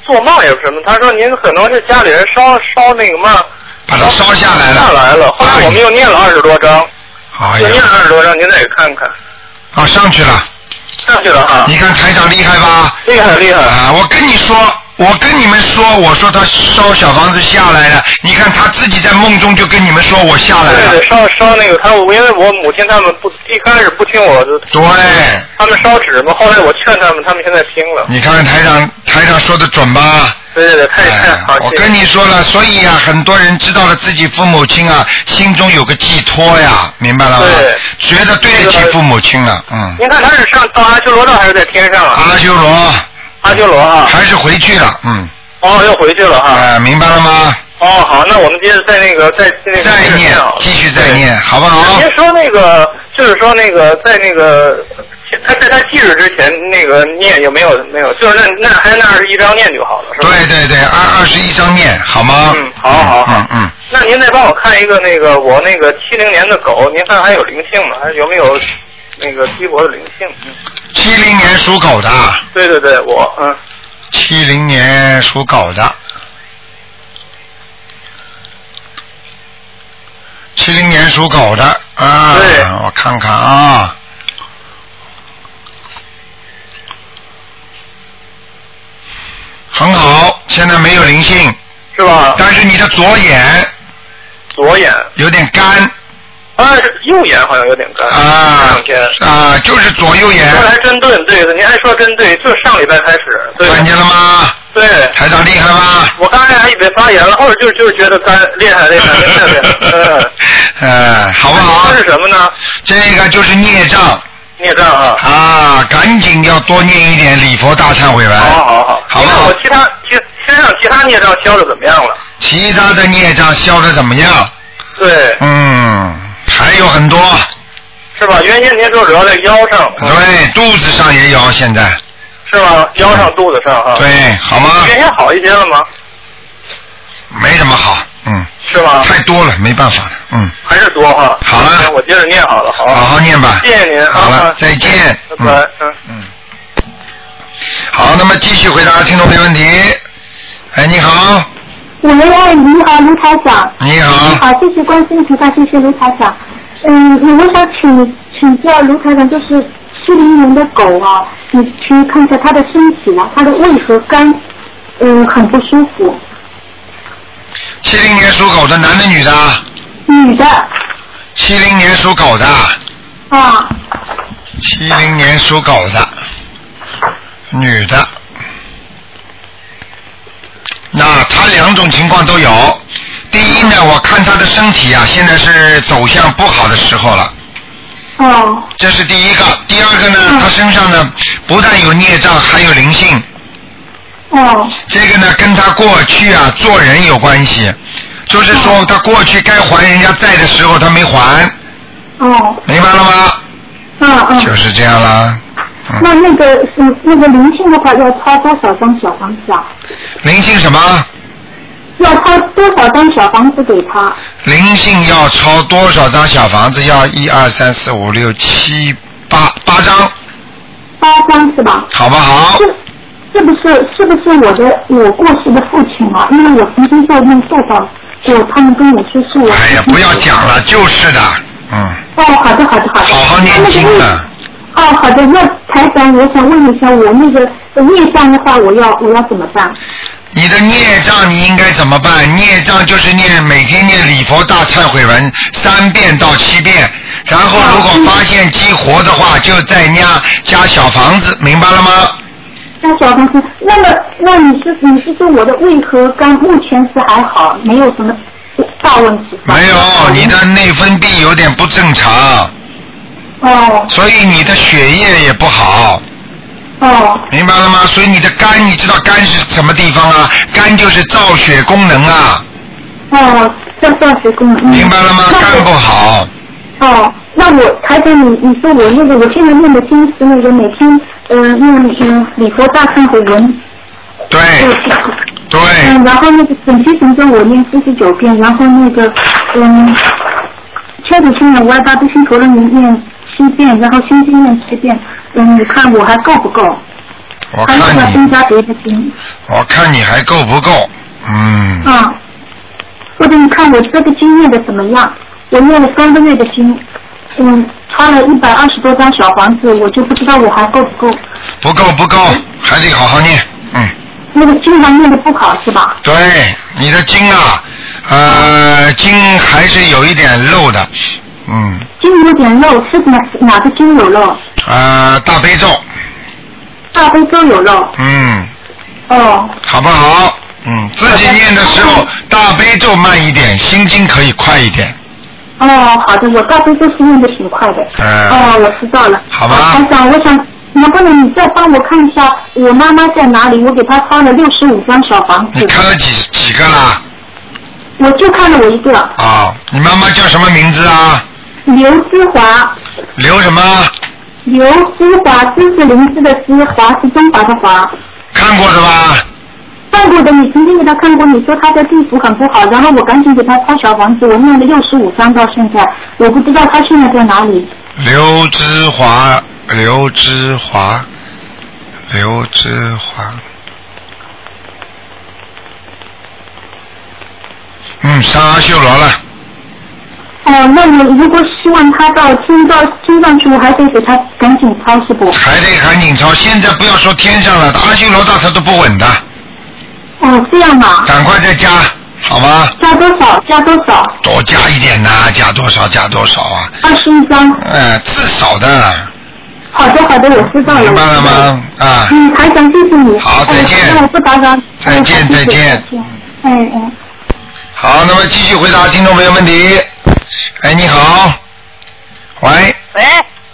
Speaker 5: 做梦也是什么，他说您可能是家里人烧烧那个嘛，
Speaker 1: 把它烧下来了。
Speaker 5: 哦下来了。后来我们又念了二十多章，
Speaker 1: 哎
Speaker 5: 又念
Speaker 1: 呀
Speaker 5: 了，二十多章，您再看看，
Speaker 1: 啊，上去了，
Speaker 5: 上去了啊，
Speaker 1: 你看台长厉害吧？
Speaker 5: 厉害厉害，
Speaker 1: 呃啊，我跟你说，我跟你们说，我说他烧小房子下来了，你看他自己在梦中就跟你们说我下来
Speaker 3: 对
Speaker 1: 了
Speaker 3: 对，，烧烧那个他，因为我母亲他们不一开始不听我的，
Speaker 1: 对，
Speaker 3: 他们烧纸嘛，后来我劝他们，他们现在听了。
Speaker 1: 你看看台长台长说的准吧？
Speaker 3: 对对对，太太
Speaker 1: 哎
Speaker 3: 好。，
Speaker 1: 我
Speaker 3: 谢谢
Speaker 1: 跟你说了，所以啊，很多人知道了自己父母亲啊，心中有个寄托呀，明白了吗
Speaker 3: 对？
Speaker 1: 觉得对得起父母亲了，嗯。
Speaker 3: 您看他是上到阿修罗道还是在天上啊？
Speaker 1: 阿修罗
Speaker 3: 阿修罗啊，
Speaker 1: 还是回去了，嗯，
Speaker 3: 哦，又回去了哈。
Speaker 1: 哎，明白了吗？
Speaker 3: 哦，好，那我们接着在那个在那个
Speaker 1: 再念，继续再念，好不好？
Speaker 3: 您说那个，呃就是说那个，在那个他在他忌日之前，那个念有没有没有？就是那那还那二十一章念就好了，是吧？
Speaker 1: 对对对，二二十一章念，好吗？
Speaker 3: 嗯好好好
Speaker 1: 嗯嗯，
Speaker 3: 那您再帮我看一个那个我那个七零年的狗，您看还有灵性吗？还有没有那个激活的灵性？嗯，
Speaker 1: 七零年属狗的，
Speaker 3: 对对对，我嗯，
Speaker 1: 七零年属狗的，七零年属狗的啊
Speaker 3: 对，
Speaker 1: 我看看啊。很好，现在没有灵性，
Speaker 3: 是吧？
Speaker 1: 但是你的左眼
Speaker 3: 左眼
Speaker 1: 有点干
Speaker 3: 啊，右眼好像有点干这
Speaker 1: 啊
Speaker 3: 两天。
Speaker 1: 啊，就是左右眼
Speaker 3: 说，的还真对，对的，您还说真对，就上礼拜开始，对
Speaker 1: 看见了吗？
Speaker 3: 对。
Speaker 1: 台长厉害吧？
Speaker 3: 我刚才还以为发炎了，后来就就是觉得干厉害厉害厉 害厉害，嗯，
Speaker 1: 呃，好不好
Speaker 3: 这？是什么呢？
Speaker 1: 这个就是孽障
Speaker 3: 孽障啊。
Speaker 1: 啊，赶紧要多念一点礼佛大忏悔文。
Speaker 3: 好好好，
Speaker 1: 好不
Speaker 3: 那
Speaker 1: 好
Speaker 3: 我其他其身上其他孽障消的怎么样了？
Speaker 1: 其他的孽障消的怎么样？
Speaker 3: 对，
Speaker 1: 嗯，还有很多，
Speaker 3: 是吧？原先您说主要在腰上，
Speaker 1: 对，肚子上也有，现在，
Speaker 3: 是吧？腰上、肚子上哈。。
Speaker 1: 对，嗯好吗？
Speaker 3: 原先好一些了吗？
Speaker 1: 没什么好，嗯，
Speaker 3: 是吧？
Speaker 1: 太多了，没办法了，嗯，
Speaker 3: 还是多哈。
Speaker 1: 好了
Speaker 3: 行我接着念好了，好。
Speaker 1: 好好念吧。
Speaker 3: 谢谢您。
Speaker 1: 好
Speaker 3: 啊
Speaker 1: 了，再见。
Speaker 3: 拜
Speaker 1: 嗯
Speaker 3: 拜。嗯。
Speaker 1: 嗯，好，那么继续回答听众朋友问题。哎，你好，
Speaker 6: 喂，你好，卢台长。
Speaker 1: 你好，
Speaker 6: 好，谢谢关心菩萨，谢谢卢台长。嗯，我想请请教卢台长，就是七零年的狗啊，你去看一下它的身体啊，它的胃和肝，嗯，很不舒服。
Speaker 1: 七零年属狗的，男的女的？
Speaker 6: 女的
Speaker 1: 七零年属狗的，
Speaker 6: 啊，
Speaker 1: 七零年属狗的，女的。那她两种情况都有。第一呢，我看她的身体啊，现在是走向不好的时候了。
Speaker 6: 哦，
Speaker 1: 这是第一个，第二个呢，她身上呢不但有孽障，还有灵性。
Speaker 6: 哦，
Speaker 1: 这个呢，跟他过去啊做人有关系，就是说他过去该还人家债的时候他没还，
Speaker 6: 哦，
Speaker 1: 明白了吗？
Speaker 6: 嗯嗯。
Speaker 1: 就是这样啦。嗯，
Speaker 6: 那那个嗯，那个灵性的话，要抄多少张小房子啊？
Speaker 1: 灵性什么？
Speaker 6: 要抄多少张小房子给他？
Speaker 1: 灵性要抄多少张小房子？要一二三四五六七八八张，
Speaker 6: 八张是吧？
Speaker 1: 好不好？
Speaker 6: 是是不是是不是我的我过世的父亲啊？因为我曾经在那受访过，他们跟我说是我。
Speaker 1: 哎呀，不要讲了，就是的，嗯，
Speaker 6: 哦，好的好的好的。
Speaker 1: 好好念经啊。
Speaker 6: 那那个。哦，好的。那台长，我想问一下，我那个业障的话，我要我要怎么办？
Speaker 1: 你的孽障你应该怎么办？孽障就是念每天念礼佛大忏悔文三遍到七遍，然后如果发现激活的话，就在家加小房子，明白了吗？
Speaker 6: 那小同学，那么那你是你是说我的胃和肝目前是还好，没有什么大问题？
Speaker 1: 没有，
Speaker 6: 嗯
Speaker 1: 你的内分泌有点不正常，
Speaker 6: 哦
Speaker 1: 所以你的血液也不好，
Speaker 6: 哦
Speaker 1: 明白了吗？所以你的肝，你知道肝是什么地方啊？肝就是造血功能啊，
Speaker 6: 哦，这算是功能。
Speaker 1: 明白了吗？
Speaker 6: 那我
Speaker 1: 肝不好，
Speaker 6: 嗯哦，那我台长，你你说我那个，我现在念的经是那个每天嗯用嗯礼佛大忏悔文，
Speaker 1: 对对，
Speaker 6: 嗯，然后那个准提神咒我念四十九遍，然后那个嗯，千手心的歪八不心陀罗尼念七遍，然后心经念七遍，嗯，你看我还够不够？
Speaker 1: 我
Speaker 6: 还要
Speaker 1: 看
Speaker 6: 不要增
Speaker 1: 你，
Speaker 6: 加别的经？
Speaker 1: 我看你还够不够，嗯。
Speaker 6: 啊、或者你看我这个经念的怎么样？我念了三个月的经，嗯，抄了一百二十多张小房子，我就不知道我还够不够。
Speaker 1: 不够不够，还得好好念。嗯，
Speaker 6: 那个经常念的不好是吧？
Speaker 1: 对，你的经啊，呃，经还是有一点漏的，嗯，
Speaker 6: 经有点漏，是哪哪个经有漏？
Speaker 1: 呃，大悲咒，
Speaker 6: 大悲咒有漏。
Speaker 1: 嗯，
Speaker 6: 哦，
Speaker 1: 好不好？嗯，自己念的时候大悲咒慢一点，心经可以快一点，
Speaker 6: 哦，好的，我大悲咒是念的挺快的。
Speaker 1: 嗯、
Speaker 6: 哦，我知道了。
Speaker 1: 好吧
Speaker 6: 呃台长，我想能不能你再帮我看一下我妈妈在哪里？我给她发了六十五张小房子
Speaker 1: 你，看了几几个啦？
Speaker 6: 我就看了我一个
Speaker 1: 啊、你妈妈叫什么名字啊？
Speaker 6: 刘之华，
Speaker 1: 刘什么？
Speaker 6: 刘之华，知是灵芝的芝，华是中华的华。
Speaker 1: 看过的吧？
Speaker 6: 看过的，你曾经给他看过，你说他的地府很不好，然后我赶紧给他抄小房子，我念了六十五张到现在，我不知道他现在在哪里。
Speaker 1: 刘之华，刘之华，刘之华。嗯，上阿修罗了，
Speaker 6: 哦，那你如果希望他到天到天上去，我还得给他赶紧抄是不？
Speaker 1: 还得赶紧抄。现在不要说天上了，阿修罗大车都不稳的，
Speaker 6: 哦，这样啊，
Speaker 1: 赶快再加，好吗？
Speaker 6: 加多少？加多少？
Speaker 1: 多加一点呐、加多少加多少啊？
Speaker 6: 二十一张。
Speaker 1: 呃，至少的，
Speaker 6: 好的，好的，我知道了。
Speaker 1: 明白了吗？啊，
Speaker 6: 嗯，台长，谢谢你。
Speaker 1: 好再见
Speaker 6: 哎那我不打扰。
Speaker 1: 再见
Speaker 6: 哎好
Speaker 1: 再
Speaker 6: 谢
Speaker 1: 见
Speaker 6: 谢再见。哎哎。
Speaker 1: 好，那么继续回答听众朋友问题。哎，你好，喂，
Speaker 4: 喂，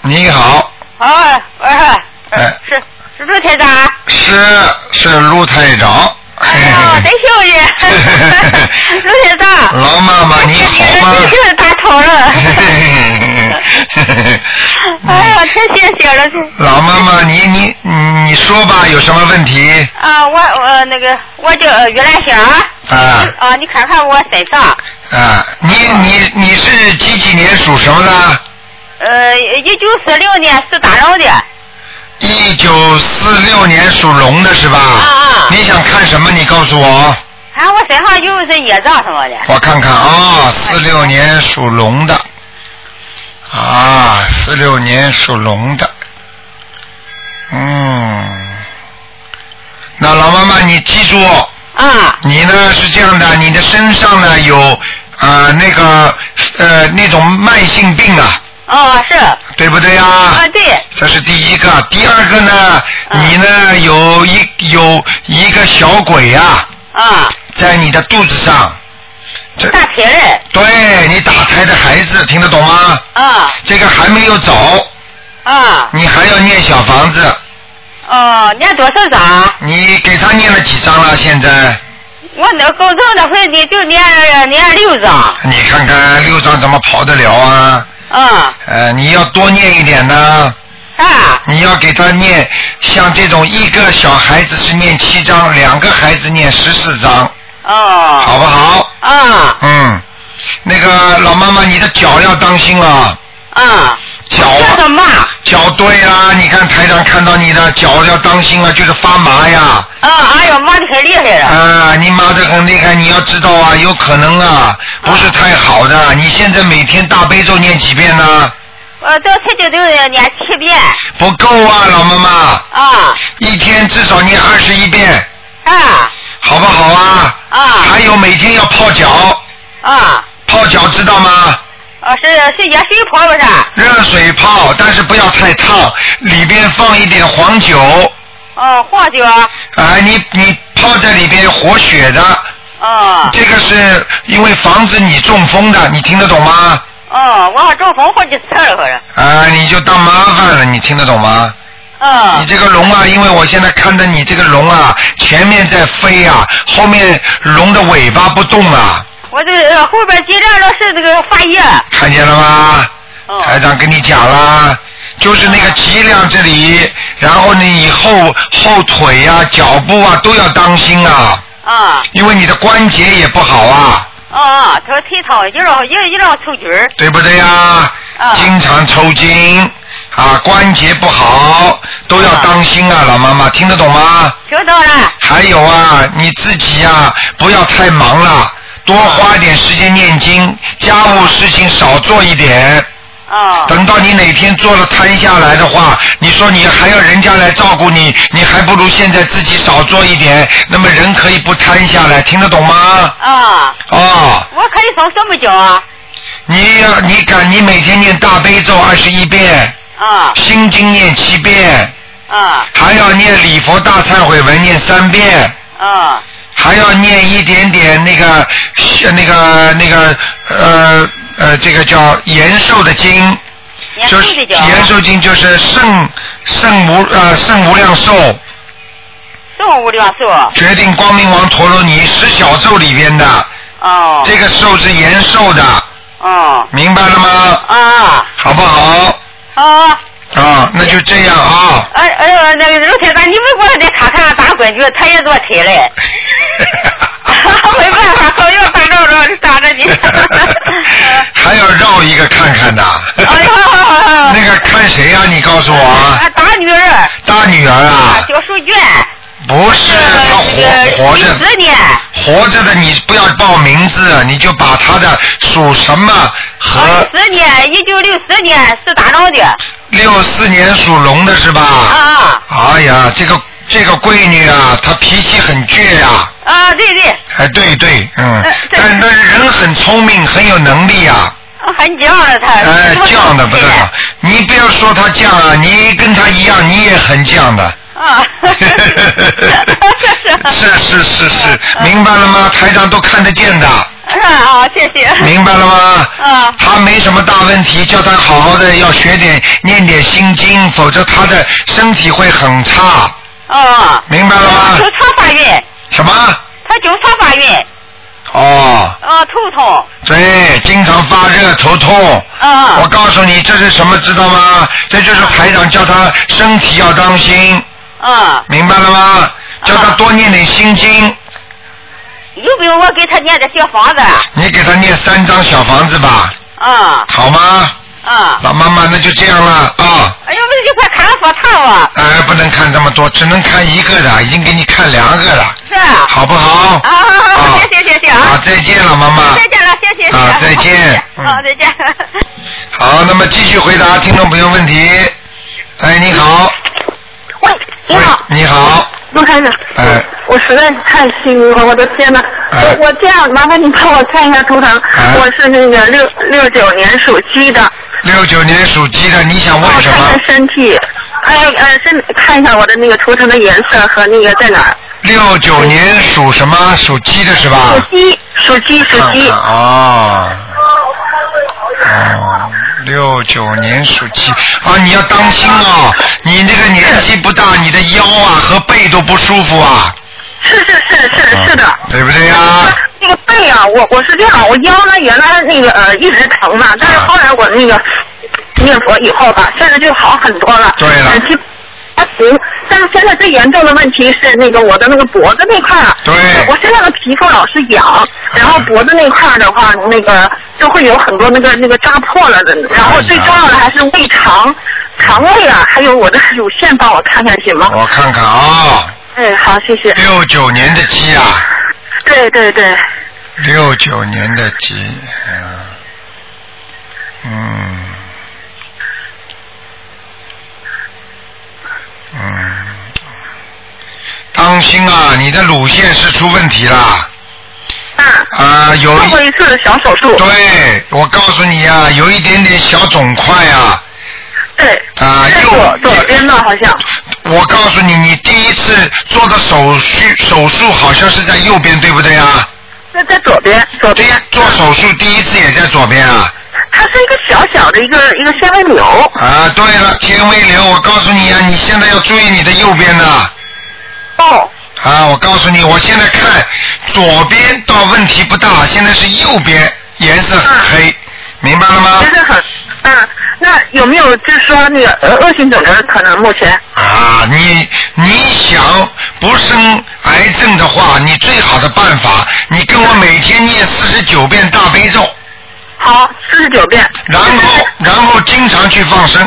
Speaker 1: 你好，
Speaker 4: 啊，喂，
Speaker 1: 哎
Speaker 4: 是是陆台长啊，
Speaker 1: 是是陆太长。
Speaker 4: 哎 呦，真幸运，陆台长，哎
Speaker 1: 老妈妈你好 吗？
Speaker 4: 真是打通了，哎呀，太谢谢了，这。
Speaker 1: 老妈妈，你你你说吧，有什么问题
Speaker 4: 啊，我我那个我叫呃于兰香啊，
Speaker 1: 啊
Speaker 4: 啊，你看看我身上，
Speaker 1: 啊？你你你是几几年属什么的？
Speaker 4: 呃，一九四六年是打扰的，
Speaker 1: 一九四六年属龙的是吧？
Speaker 4: 啊
Speaker 1: 你想看什么？你告诉我，
Speaker 4: 看、啊我身上有是业障什么的，
Speaker 1: 我看看啊。四、六年属龙的，啊，四六年属龙的，嗯。那老妈妈，你记住，
Speaker 4: 啊
Speaker 1: 你呢是这样的，你的身上呢有呃那个呃那种慢性病啊，
Speaker 4: 哦是，
Speaker 1: 对不对
Speaker 4: 啊对，
Speaker 1: 这是第一个，第二个
Speaker 4: 啊
Speaker 1: 呢，你呢有一有一个小鬼啊，
Speaker 4: 啊
Speaker 1: 在你的肚子上，这
Speaker 4: 大皮人，
Speaker 1: 对你打胎的孩子听得懂吗？
Speaker 4: 啊
Speaker 1: 这个还没有走，
Speaker 4: 啊
Speaker 1: 你还要念小房子，
Speaker 4: 哦，念多少章啊？
Speaker 1: 你给他念了几张了？现在
Speaker 4: 我那高中那会你就念念六章，
Speaker 1: 你看看六张怎么跑得了啊？
Speaker 4: 啊
Speaker 1: 呃，你要多念一点呢，
Speaker 4: 啊
Speaker 1: 你要给他念，像这种一个小孩子是念七张，两个孩子念十四张，
Speaker 4: 哦
Speaker 1: 好不好？
Speaker 4: 啊
Speaker 1: 嗯，那个老妈妈，你的脚要当心了，
Speaker 2: 嗯
Speaker 4: 啊，
Speaker 1: 脚
Speaker 4: 这
Speaker 1: 啊
Speaker 4: 什么？
Speaker 1: 脚对啊，你看台长看到你的脚要当心啊，就是发麻呀，
Speaker 4: 啊哎呦，骂的可厉害了，
Speaker 1: 啊，你麻的很厉害，你要知道啊，有可能啊，不是太好的。你现在每天大悲咒念几遍呢？
Speaker 2: 呃
Speaker 4: 我到七九六念七遍，
Speaker 1: 不够啊，老妈妈，
Speaker 4: 啊
Speaker 1: 一天至少念二十一遍，
Speaker 2: 嗯
Speaker 4: 啊
Speaker 1: 好不好啊？
Speaker 4: 啊
Speaker 1: 还有每天要泡脚，
Speaker 4: 啊。
Speaker 1: 泡脚知道吗？
Speaker 4: 啊，是是也是一婆不是？
Speaker 1: 热水泡，但是不要太烫，里边放一点黄酒，
Speaker 4: 哦，黄酒，
Speaker 1: 啊，你你泡在里边活血的，
Speaker 4: 哦
Speaker 1: 这个是因为防止你中风的，你听得懂吗？
Speaker 4: 哦，我中风好几次了，可是，
Speaker 1: 啊，你就当麻烦了，你听得懂吗？你
Speaker 4: 嗯，
Speaker 1: 这个龙啊，因为我现在看着你这个龙啊，前面在飞啊，后面龙的尾巴不动啊，
Speaker 4: 我这、呃、后边尽量老是这个发热，
Speaker 1: 看见了吗？
Speaker 4: 哦，
Speaker 1: 台长跟你讲啦，就是那个脊梁这里，然后呢，你后后腿呀、脚部啊都要当心啊，
Speaker 4: 啊，
Speaker 1: 因为你的关节也不好啊，
Speaker 4: 哦，他腿疼，一老一一老抽筋儿，
Speaker 1: 对不对呀、
Speaker 4: 啊
Speaker 1: 经常抽筋啊，关节不好都要当心啊，老妈妈听得懂吗？
Speaker 4: 听到了，
Speaker 1: 还有啊，你自己呀、不要太啊忙了，多花点时间念经，家务事情少做一点，
Speaker 2: 啊
Speaker 1: 等到你哪天做了摊下来的话，你说你还要人家来照顾你，你还不如现在自己少做一点，那么人可以不摊下来，听得懂吗？
Speaker 2: 啊，
Speaker 1: 哦，
Speaker 2: 我可以烧这么久啊
Speaker 1: 你要你敢，你每天念大悲咒二十一遍，
Speaker 2: 啊
Speaker 1: 心经念七遍，
Speaker 2: 啊
Speaker 1: 还要念礼佛大忏悔文念三遍，
Speaker 2: 啊
Speaker 1: 还要念一点点那个呃那个那个呃呃，这个叫延寿的经。
Speaker 2: 年
Speaker 1: 就
Speaker 2: 轻
Speaker 1: 是
Speaker 2: 的
Speaker 4: 啊
Speaker 2: 久，
Speaker 1: 延寿经就是圣圣无呃圣无量寿
Speaker 2: 送五六寿
Speaker 1: 决定光明王陀罗尼十小咒里边的
Speaker 2: 哦
Speaker 1: 这个寿是延寿的，
Speaker 2: 哦
Speaker 1: 明白了吗？
Speaker 2: 啊
Speaker 1: 好不好？
Speaker 2: 啊。
Speaker 1: 啊，那就这样啊。
Speaker 2: 哎哎呦，那个刘台长，你们给我得看看打滚局，他也做腿嘞。 没办法，好又打着着打着你。
Speaker 1: 还要绕一个看看的。
Speaker 2: 哎呦，好好好
Speaker 1: 那个看谁呀、你告诉我啊
Speaker 2: 啊，，打女儿
Speaker 1: 大女儿
Speaker 2: 啊
Speaker 1: 啊，，
Speaker 2: 小书娟，
Speaker 1: 不是她
Speaker 2: 呃
Speaker 1: 嗯活活着。
Speaker 2: 十年
Speaker 1: 活着的你不要报名字，你就把他的属什么和啊
Speaker 2: 十年，一九六四年是打仗的
Speaker 1: 六四年属龙的是吧？
Speaker 2: 啊
Speaker 1: 哎呀，这个这个闺女啊，她脾气很倔啊。
Speaker 2: 啊，对对，
Speaker 1: 哎，对对，嗯
Speaker 2: 呃，对
Speaker 1: 但但是人很聪明，很有能力啊，
Speaker 2: 很犟了他。
Speaker 1: 哎，犟的不得
Speaker 2: 对
Speaker 1: 了。你不要说她犟啊，你跟她一样，你也很犟 的。
Speaker 2: 啊，是
Speaker 1: 是是 是啊是，明白了吗？台上都看得见的。
Speaker 2: 是啊，谢谢。
Speaker 1: 明白了 吗？
Speaker 2: 啊
Speaker 1: 他没什么大问题，叫他好好的要学点念点心经，否则他的身体会很差，
Speaker 2: 啊，
Speaker 1: 明白了吗
Speaker 2: 九？常发运，
Speaker 1: 什么？
Speaker 2: 他经常发晕，
Speaker 1: 哦，
Speaker 2: 啊，头痛，
Speaker 1: 对，经常发热、头痛。
Speaker 2: 啊
Speaker 1: 我告诉你，这是什么知道吗？这就是台长叫他身体要当心，
Speaker 2: 啊，
Speaker 1: 明白了吗？叫他
Speaker 2: 啊
Speaker 1: 多念点心经，
Speaker 2: 有没有我给他念的小房子？
Speaker 1: 你给他念三张小房子吧，
Speaker 2: 啊
Speaker 1: 好吗？
Speaker 2: 啊，
Speaker 1: 老妈妈，那就这样了啊。
Speaker 2: 哎呦，你快看佛堂吧，
Speaker 1: 哎，不能看这么多，只能看一个的，已经给你看两个了，
Speaker 2: 是啊，
Speaker 1: 好不好？
Speaker 2: 啊好好，谢谢谢谢
Speaker 1: 好，
Speaker 2: 啊，
Speaker 1: 再见了，妈妈。
Speaker 2: 再见了，谢谢谢谢，
Speaker 1: 啊再 见嗯
Speaker 2: 好再见。
Speaker 1: 好，那么继续回答听众朋友问题。哎，你好。
Speaker 5: 喂，你好，
Speaker 1: 喂你好。
Speaker 5: 陆台长。
Speaker 1: 哎，
Speaker 5: 我实在是太幸运了，我的天哪！
Speaker 1: 哎
Speaker 5: 我我这样，麻烦你帮我看一下图腾。
Speaker 1: 哎
Speaker 5: 我是那个六六九年属鸡的，
Speaker 1: 六九年属鸡的，你想
Speaker 5: 帮
Speaker 1: 问
Speaker 5: 我
Speaker 2: 哦
Speaker 1: 什
Speaker 5: 看
Speaker 1: 么
Speaker 5: 看？身体，哎呃，身看一下我的那个图腾的颜色和那个在哪儿。
Speaker 1: 六九年属什么？属鸡的是吧？
Speaker 5: 属鸡，属鸡，属
Speaker 1: 啊看
Speaker 5: 鸡
Speaker 1: 看。哦。哦，六九年属鸡啊，你要当心哦，你这个年纪不大，你的腰啊和背都不舒服啊。
Speaker 5: 是是是嗯是是的。
Speaker 1: 啊对不对呀、
Speaker 5: 那个背啊，我我是这样，我腰呢原来那个呃一直疼
Speaker 1: 啊
Speaker 5: 嘛，但是后来我那个念佛以后吧，现在就好很多了。
Speaker 1: 对了
Speaker 5: 呃基还行，但是现在最严重的问题是那个我的那个脖子那块儿，啊
Speaker 1: 对
Speaker 5: 我身上的皮肤老是痒，然后脖子那块儿的话，那个就会有很多那个那个扎破了的，然后最重要的还是胃肠、肠胃啊，还有我的乳腺，帮我看看行吗？
Speaker 1: 我看看啊、
Speaker 5: 哎，嗯好，谢谢。
Speaker 1: 六九年的鸡啊，
Speaker 5: 对对对，
Speaker 1: 六九年的鸡，嗯嗯，嗯，当心啊，你的乳腺是出问题啦，
Speaker 5: 嗯。
Speaker 1: 啊、有
Speaker 5: 做
Speaker 1: 一
Speaker 5: 过一次小手术，
Speaker 1: 对，我告诉你啊，有一点点小肿块啊，
Speaker 5: 对，
Speaker 1: 啊、
Speaker 5: 在
Speaker 1: 右
Speaker 5: 左左边吧，好像，
Speaker 1: 我告诉你，你第一次做的手术手术好像是在右边，对不对啊？
Speaker 5: 在在左边，左边，啊
Speaker 1: 做手术第一次也在左边啊。
Speaker 5: 它是一个小小的一个一个纤维瘤，
Speaker 1: 啊，对了，天微瘤，我告诉你啊，你现在要注意你的右边呐。
Speaker 5: 哦，
Speaker 1: 啊，我告诉你，我现在看左边倒问题不大，现在是右边颜色很黑，明白了吗
Speaker 5: 嗯真？的很，嗯，那有没有就是说那个呃恶性肿瘤的可能？目前，
Speaker 1: 啊，你你想不生癌症的话，你最好的办法，你跟我每天念四十九遍大悲咒，
Speaker 5: 好，四十九遍，
Speaker 1: 然后然后经常去放生。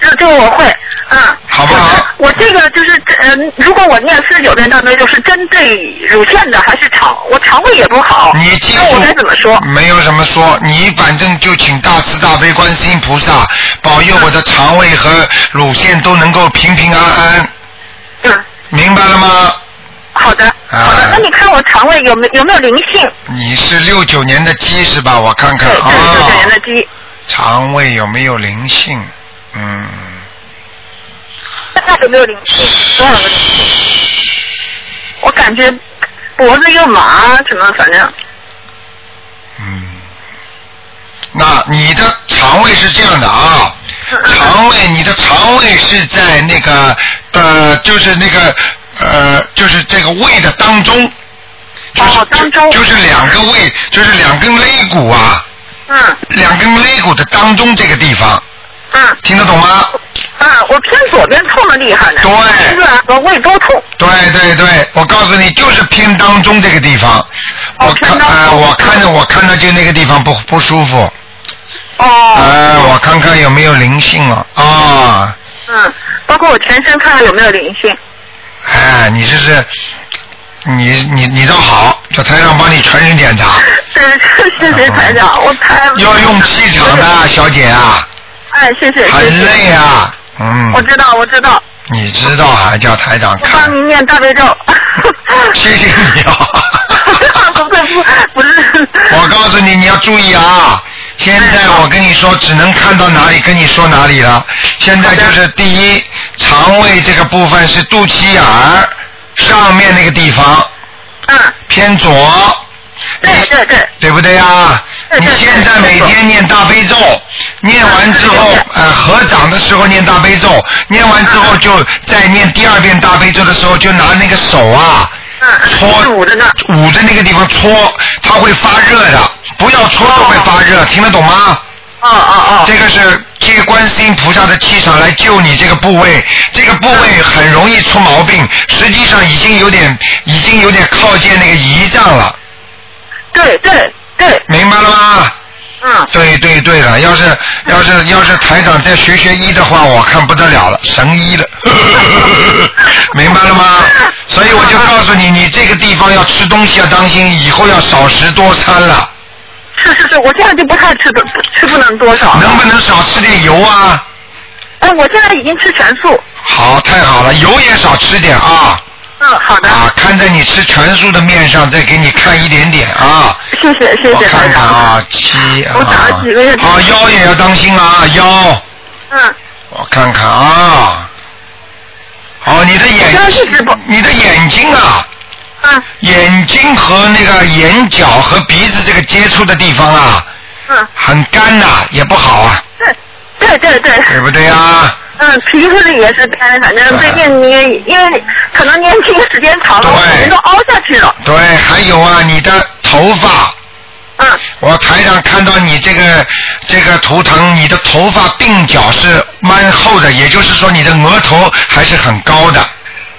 Speaker 5: 然
Speaker 7: 这这个我会，嗯。
Speaker 1: 好不好？
Speaker 7: 我这个就是，嗯，如果我念四十九遍大悲咒是针对乳腺的还是肠？我肠胃也不好。
Speaker 1: 你记住，
Speaker 7: 那我该怎么说？
Speaker 1: 没有什么说，你反正就请大慈大悲观世音菩萨保佑我的肠胃和乳腺都能够平平安安。
Speaker 7: 嗯。
Speaker 1: 明白了吗？
Speaker 7: 好的，好的。
Speaker 1: 啊
Speaker 7: 那你看我肠胃有没有没有灵性？
Speaker 1: 你是六九年的鸡是吧？我看看
Speaker 7: 对，
Speaker 1: 啊
Speaker 7: 这，是九年的鸡。
Speaker 1: 肠胃有没有灵性？嗯，
Speaker 7: 大概有没有灵性？多少个灵性？我感觉脖子又麻，什么反正。
Speaker 1: 嗯那你的肠胃是这样的啊，肠胃，你的肠胃是在那个呃，就是那个呃，就是这个胃的当中，就是、就就是两个胃，就是两根肋骨啊，
Speaker 7: 嗯，
Speaker 1: 两根肋骨的当中这个地方，
Speaker 7: 嗯，
Speaker 1: 听得懂吗？
Speaker 7: 嗯，我偏左边痛的厉害呢。
Speaker 1: 对，
Speaker 7: 和胃都痛。
Speaker 1: 对对对，我告诉你，就是偏当中这个地方，我看呃，我看着我看着就那个地方不不舒服。
Speaker 7: 哦。
Speaker 1: 呃，我看看有没有灵性了啊。
Speaker 7: 嗯，包括我全身看看有没有灵性。
Speaker 1: 哎，你这是，你你你倒好，叫台长帮你全 身检查，
Speaker 7: 对，谢谢台长，我太
Speaker 1: 要用气场的小姐啊，
Speaker 7: 哎，谢谢，谢
Speaker 1: 很
Speaker 7: 谢。
Speaker 1: 累啊，嗯
Speaker 7: 我，知道，我知道，
Speaker 1: 你知道还叫台长
Speaker 7: 我
Speaker 1: 看，
Speaker 7: 帮您念大悲 咒。
Speaker 1: 谢谢你 啊，
Speaker 7: 不是不是，
Speaker 1: 我告诉你你要注意啊。现在我跟你说，只能看到哪里跟你说哪里了。现在就是第一，肠胃这个部分是肚脐眼儿上面那个地方，
Speaker 7: 嗯，
Speaker 1: 偏左，
Speaker 7: 对对对，
Speaker 1: 对不对啊？
Speaker 7: 对
Speaker 1: 你
Speaker 7: 对
Speaker 1: 现在每天念大悲咒，念完之后，呃，合掌的时候念大悲咒，念完之后就在念第二遍大悲咒的时候，就拿那个手啊，搓
Speaker 7: 捂着那，
Speaker 1: 捂着那个地方搓，它会发热的，不要搓都会发热，听得懂吗？
Speaker 7: 哦哦哦，
Speaker 1: 这个是借观世音菩萨的气场来救你这个部位，这个部位很容易出毛病，实际上已经有点，已经有点靠近那个胰脏了，
Speaker 7: 对对对，
Speaker 1: 明白了吗？
Speaker 7: 嗯，
Speaker 1: 对对对了，要是要是要是台长再学学医的话，我看不得了了，神医了，明白了吗？所以我就告诉你，你这个地方要吃东西要当心，以后要少食多餐了，
Speaker 7: 是是是，我现在就不太吃的，吃不能多少。
Speaker 1: 能不能少吃点油啊？
Speaker 7: 哎，我现在已经吃全素。
Speaker 1: 好，太好了，油也少吃点啊
Speaker 7: 嗯，好的，
Speaker 1: 啊！看在你吃全素的面上，再给你看一点点啊。
Speaker 7: 谢谢谢
Speaker 1: 我
Speaker 7: 谢台
Speaker 1: 看看
Speaker 7: 长。
Speaker 1: 啊，七啊，
Speaker 7: 我打了几个月针
Speaker 1: 啊，腰也要当心啊，腰。
Speaker 7: 嗯，
Speaker 1: 我看看啊，哦，你的眼
Speaker 7: 我刚刚一直不，
Speaker 1: 你的眼睛啊，
Speaker 7: 嗯
Speaker 1: 眼睛和那个眼角和鼻子这个接触的地方啊，
Speaker 7: 嗯，
Speaker 1: 很干呐、也不好啊，
Speaker 7: 对对对对。
Speaker 1: 对不对啊？
Speaker 7: 嗯，皮肤里也是干，反正嗯最近你因为可能年轻时间长了，
Speaker 1: 对
Speaker 7: 我人都凹下去了。
Speaker 1: 对，还有啊，你的头发，
Speaker 7: 嗯，
Speaker 1: 我台上看到你这个这个图腾，你的头发鬓角是蛮厚的，也就是说你的额头还是很高的，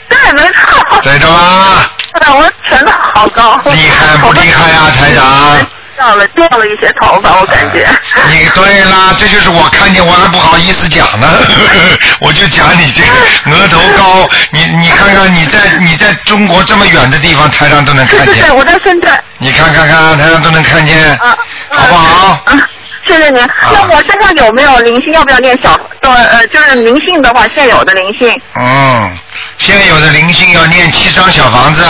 Speaker 7: 对，没错。
Speaker 1: 对的吧？
Speaker 7: 是的，我全的好高。
Speaker 1: 厉害不厉害啊，台长？
Speaker 7: 掉了掉了一些头发，我感
Speaker 1: 哎
Speaker 7: 觉。
Speaker 1: 你对啦，这就是我看见我还不好意思讲呢， 我就讲你这个额头高，你你看看你在你在中国这么远的地方，台上都能
Speaker 7: 对
Speaker 1: 看
Speaker 7: 对
Speaker 1: 见
Speaker 7: 对，，我在深圳。
Speaker 1: 你看看看台上都能看见，
Speaker 7: 啊，
Speaker 1: 好不好？
Speaker 7: 嗯，谢谢您。
Speaker 1: 啊
Speaker 7: 那我身上有没有灵性？要不要念小？呃呃，就是灵性的话，现有的灵性。
Speaker 1: 嗯，现在有的灵性要念七张小房子，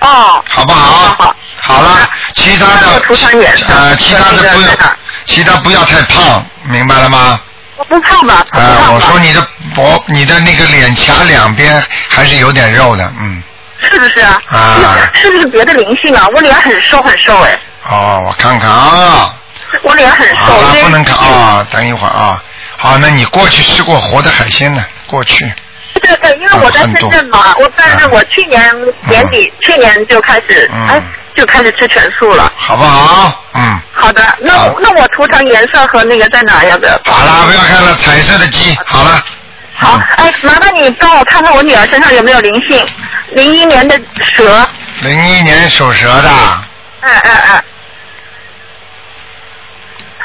Speaker 7: 哦。
Speaker 1: 好不
Speaker 7: 好好
Speaker 1: 好？好了，其他
Speaker 7: 那
Speaker 1: 的
Speaker 7: 我涂上也是
Speaker 1: 呃，其他的
Speaker 7: 那
Speaker 1: 不
Speaker 7: 个在哪
Speaker 1: 要
Speaker 7: 儿，
Speaker 1: 其他不要太胖，明白了吗？
Speaker 7: 我不胖吧？不
Speaker 1: 啊，
Speaker 7: 胖
Speaker 1: 我
Speaker 7: 吧？
Speaker 1: 说你的脖，你的那个脸颊两边还是有点肉的，嗯。
Speaker 7: 是不是啊？
Speaker 1: 啊
Speaker 7: 是不是别的灵性啊？我脸很瘦很瘦哎，
Speaker 1: 哦，我看看啊，
Speaker 7: 我脸很
Speaker 1: 好
Speaker 7: 瘦，
Speaker 1: 了
Speaker 7: 因，为
Speaker 1: 不能看啊，等一会儿啊。好，那你过去吃过活的海鲜呢？过去，
Speaker 7: 对对，因为我在深圳嘛，我但是我去年年底，去年就开始，
Speaker 1: 嗯
Speaker 7: 哎，就开始吃全素了。
Speaker 1: 好不好？嗯，
Speaker 7: 好的，那
Speaker 1: 好
Speaker 7: 那我涂成颜色和那个在哪儿要不要？
Speaker 1: 好啦，不要看了，彩色的鸡，好了。嗯
Speaker 7: 好，哎，麻烦你帮我看看我女儿身上有没有灵性，零一年的蛇，
Speaker 1: 零一年属蛇的，
Speaker 7: 嗯嗯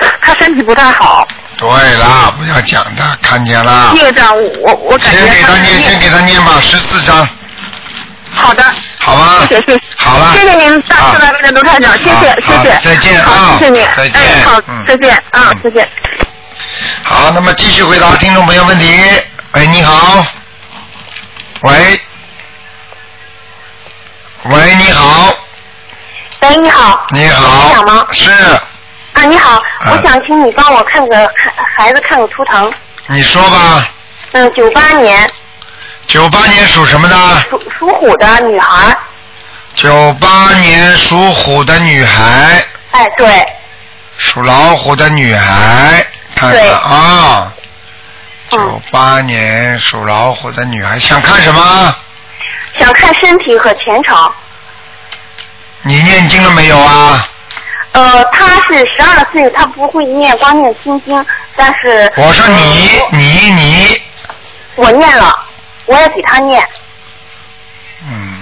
Speaker 7: 嗯，她身体不太好，
Speaker 1: 对啦，不要讲的，看见啦。
Speaker 7: 业障，我我感觉
Speaker 1: 先给
Speaker 7: 他
Speaker 1: 他
Speaker 7: 的
Speaker 1: 念，
Speaker 7: 业
Speaker 1: 先给他念吧，十四章，
Speaker 7: 好的，
Speaker 1: 好吗？
Speaker 7: 谢谢，
Speaker 1: 好了，
Speaker 7: 谢谢您大慈大悲的卢台长，谢谢
Speaker 1: 好
Speaker 7: 谢谢
Speaker 1: 好，再见啊
Speaker 7: 好，谢谢您，
Speaker 1: 再见
Speaker 7: 哎，好
Speaker 1: 嗯，
Speaker 7: 再见啊，再见。
Speaker 1: 好，那么继续回答听众朋友问题。哎，你好，喂，喂，你好，
Speaker 7: 哎
Speaker 8: 喂，你好。
Speaker 1: 你
Speaker 8: 台
Speaker 1: 好
Speaker 8: 长吗，
Speaker 1: 是，
Speaker 8: 啊，你好，
Speaker 1: 嗯
Speaker 8: 我想请你帮我看个看孩子看个图腾。
Speaker 1: 你说吧，
Speaker 8: 嗯，九八年
Speaker 1: 九八年属什么的？
Speaker 8: 属属虎的女孩。
Speaker 1: 九八年属虎的女孩，
Speaker 8: 哎，对，
Speaker 1: 属老虎的女孩，看看
Speaker 8: 对
Speaker 1: 啊，九
Speaker 8: 嗯，
Speaker 1: 八年属老虎的女孩想看什么？
Speaker 8: 想看身体和前程。
Speaker 1: 你念经了没有啊？
Speaker 8: 呃，她是十二岁，她不会念，光念心经，但是呃
Speaker 1: 我说你
Speaker 8: 嗯
Speaker 1: 你你，
Speaker 8: 我念了，我也给她念，
Speaker 1: 嗯，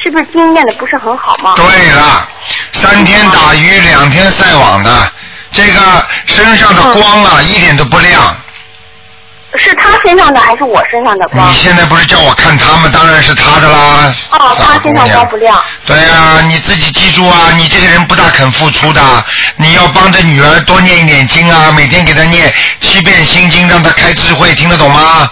Speaker 8: 是不是经念的不是很好吗？
Speaker 1: 对了，三天打鱼两天晒网的，这个身上的光
Speaker 8: 嗯
Speaker 1: 啊、一点都不亮。
Speaker 8: 是她身上的还是我身上的光
Speaker 1: 你？现在不是叫我看他们，当然是他的啦。
Speaker 8: 哦，
Speaker 1: 傻
Speaker 8: 她
Speaker 1: 姑
Speaker 8: 身上
Speaker 1: 娘
Speaker 8: 光不亮。
Speaker 1: 对啊，你自己记住啊，你这个人不大肯付出的，你要帮着女儿多念一点经啊，每天给她念七遍心经，让她开智慧，听得懂吗？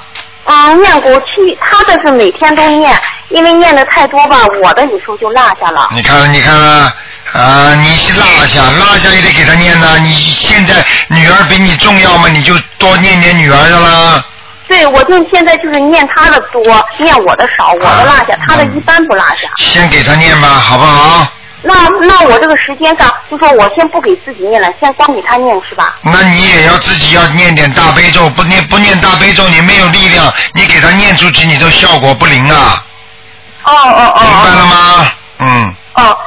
Speaker 8: 嗯，念过去，她的是每天都念，因为念的太多吧，我的有时候就落下了。
Speaker 1: 你看，你看啊，啊，你是落下，落下也得给她念呐、你现在女儿比你重要嘛，你就多念念女儿的啦。
Speaker 8: 对，我就现在就是念她的多，念我的少，我的落
Speaker 1: 嗯
Speaker 8: 下，她的一般不落下。
Speaker 1: 先给她念吧，好不好？
Speaker 8: 那那我这个时间上，就说我先不给自己念了，先光给她念是吧？
Speaker 1: 那你也要自己要念点大悲咒，不念不念大悲咒，你没有力量，你给她念出去，你都效果不灵啊，
Speaker 8: 哦哦
Speaker 1: 明白了
Speaker 8: 哦
Speaker 1: 吗？嗯。
Speaker 8: 哦哦，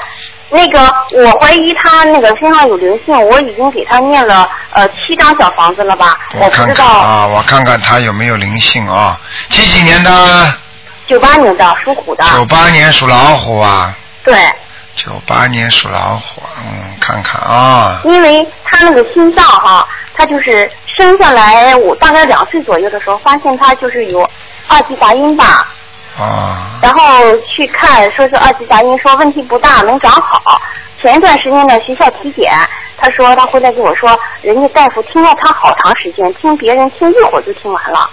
Speaker 8: 那个我怀疑她那个身上有灵性，我已经给她念了呃七张小房子了吧？
Speaker 1: 我
Speaker 8: 不
Speaker 1: 看
Speaker 8: 知
Speaker 1: 看
Speaker 8: 道，
Speaker 1: 啊，我看看他有没有灵性啊？几几年的？
Speaker 8: 九八年的属虎的，
Speaker 1: 九八年属老虎啊，
Speaker 8: 对，
Speaker 1: 九八年属老虎，嗯，看看啊，
Speaker 8: 因为她那个心脏哈、她就是生下来我大概两岁左右的时候，发现她就是有二级杂音吧。
Speaker 1: 啊，
Speaker 8: 然后去看，说是二级杂音，说问题不大，能长好。前一段时间呢，学校体检，他说他回来跟我说，人家大夫听了他好长时间，听别人听一会儿就听完了。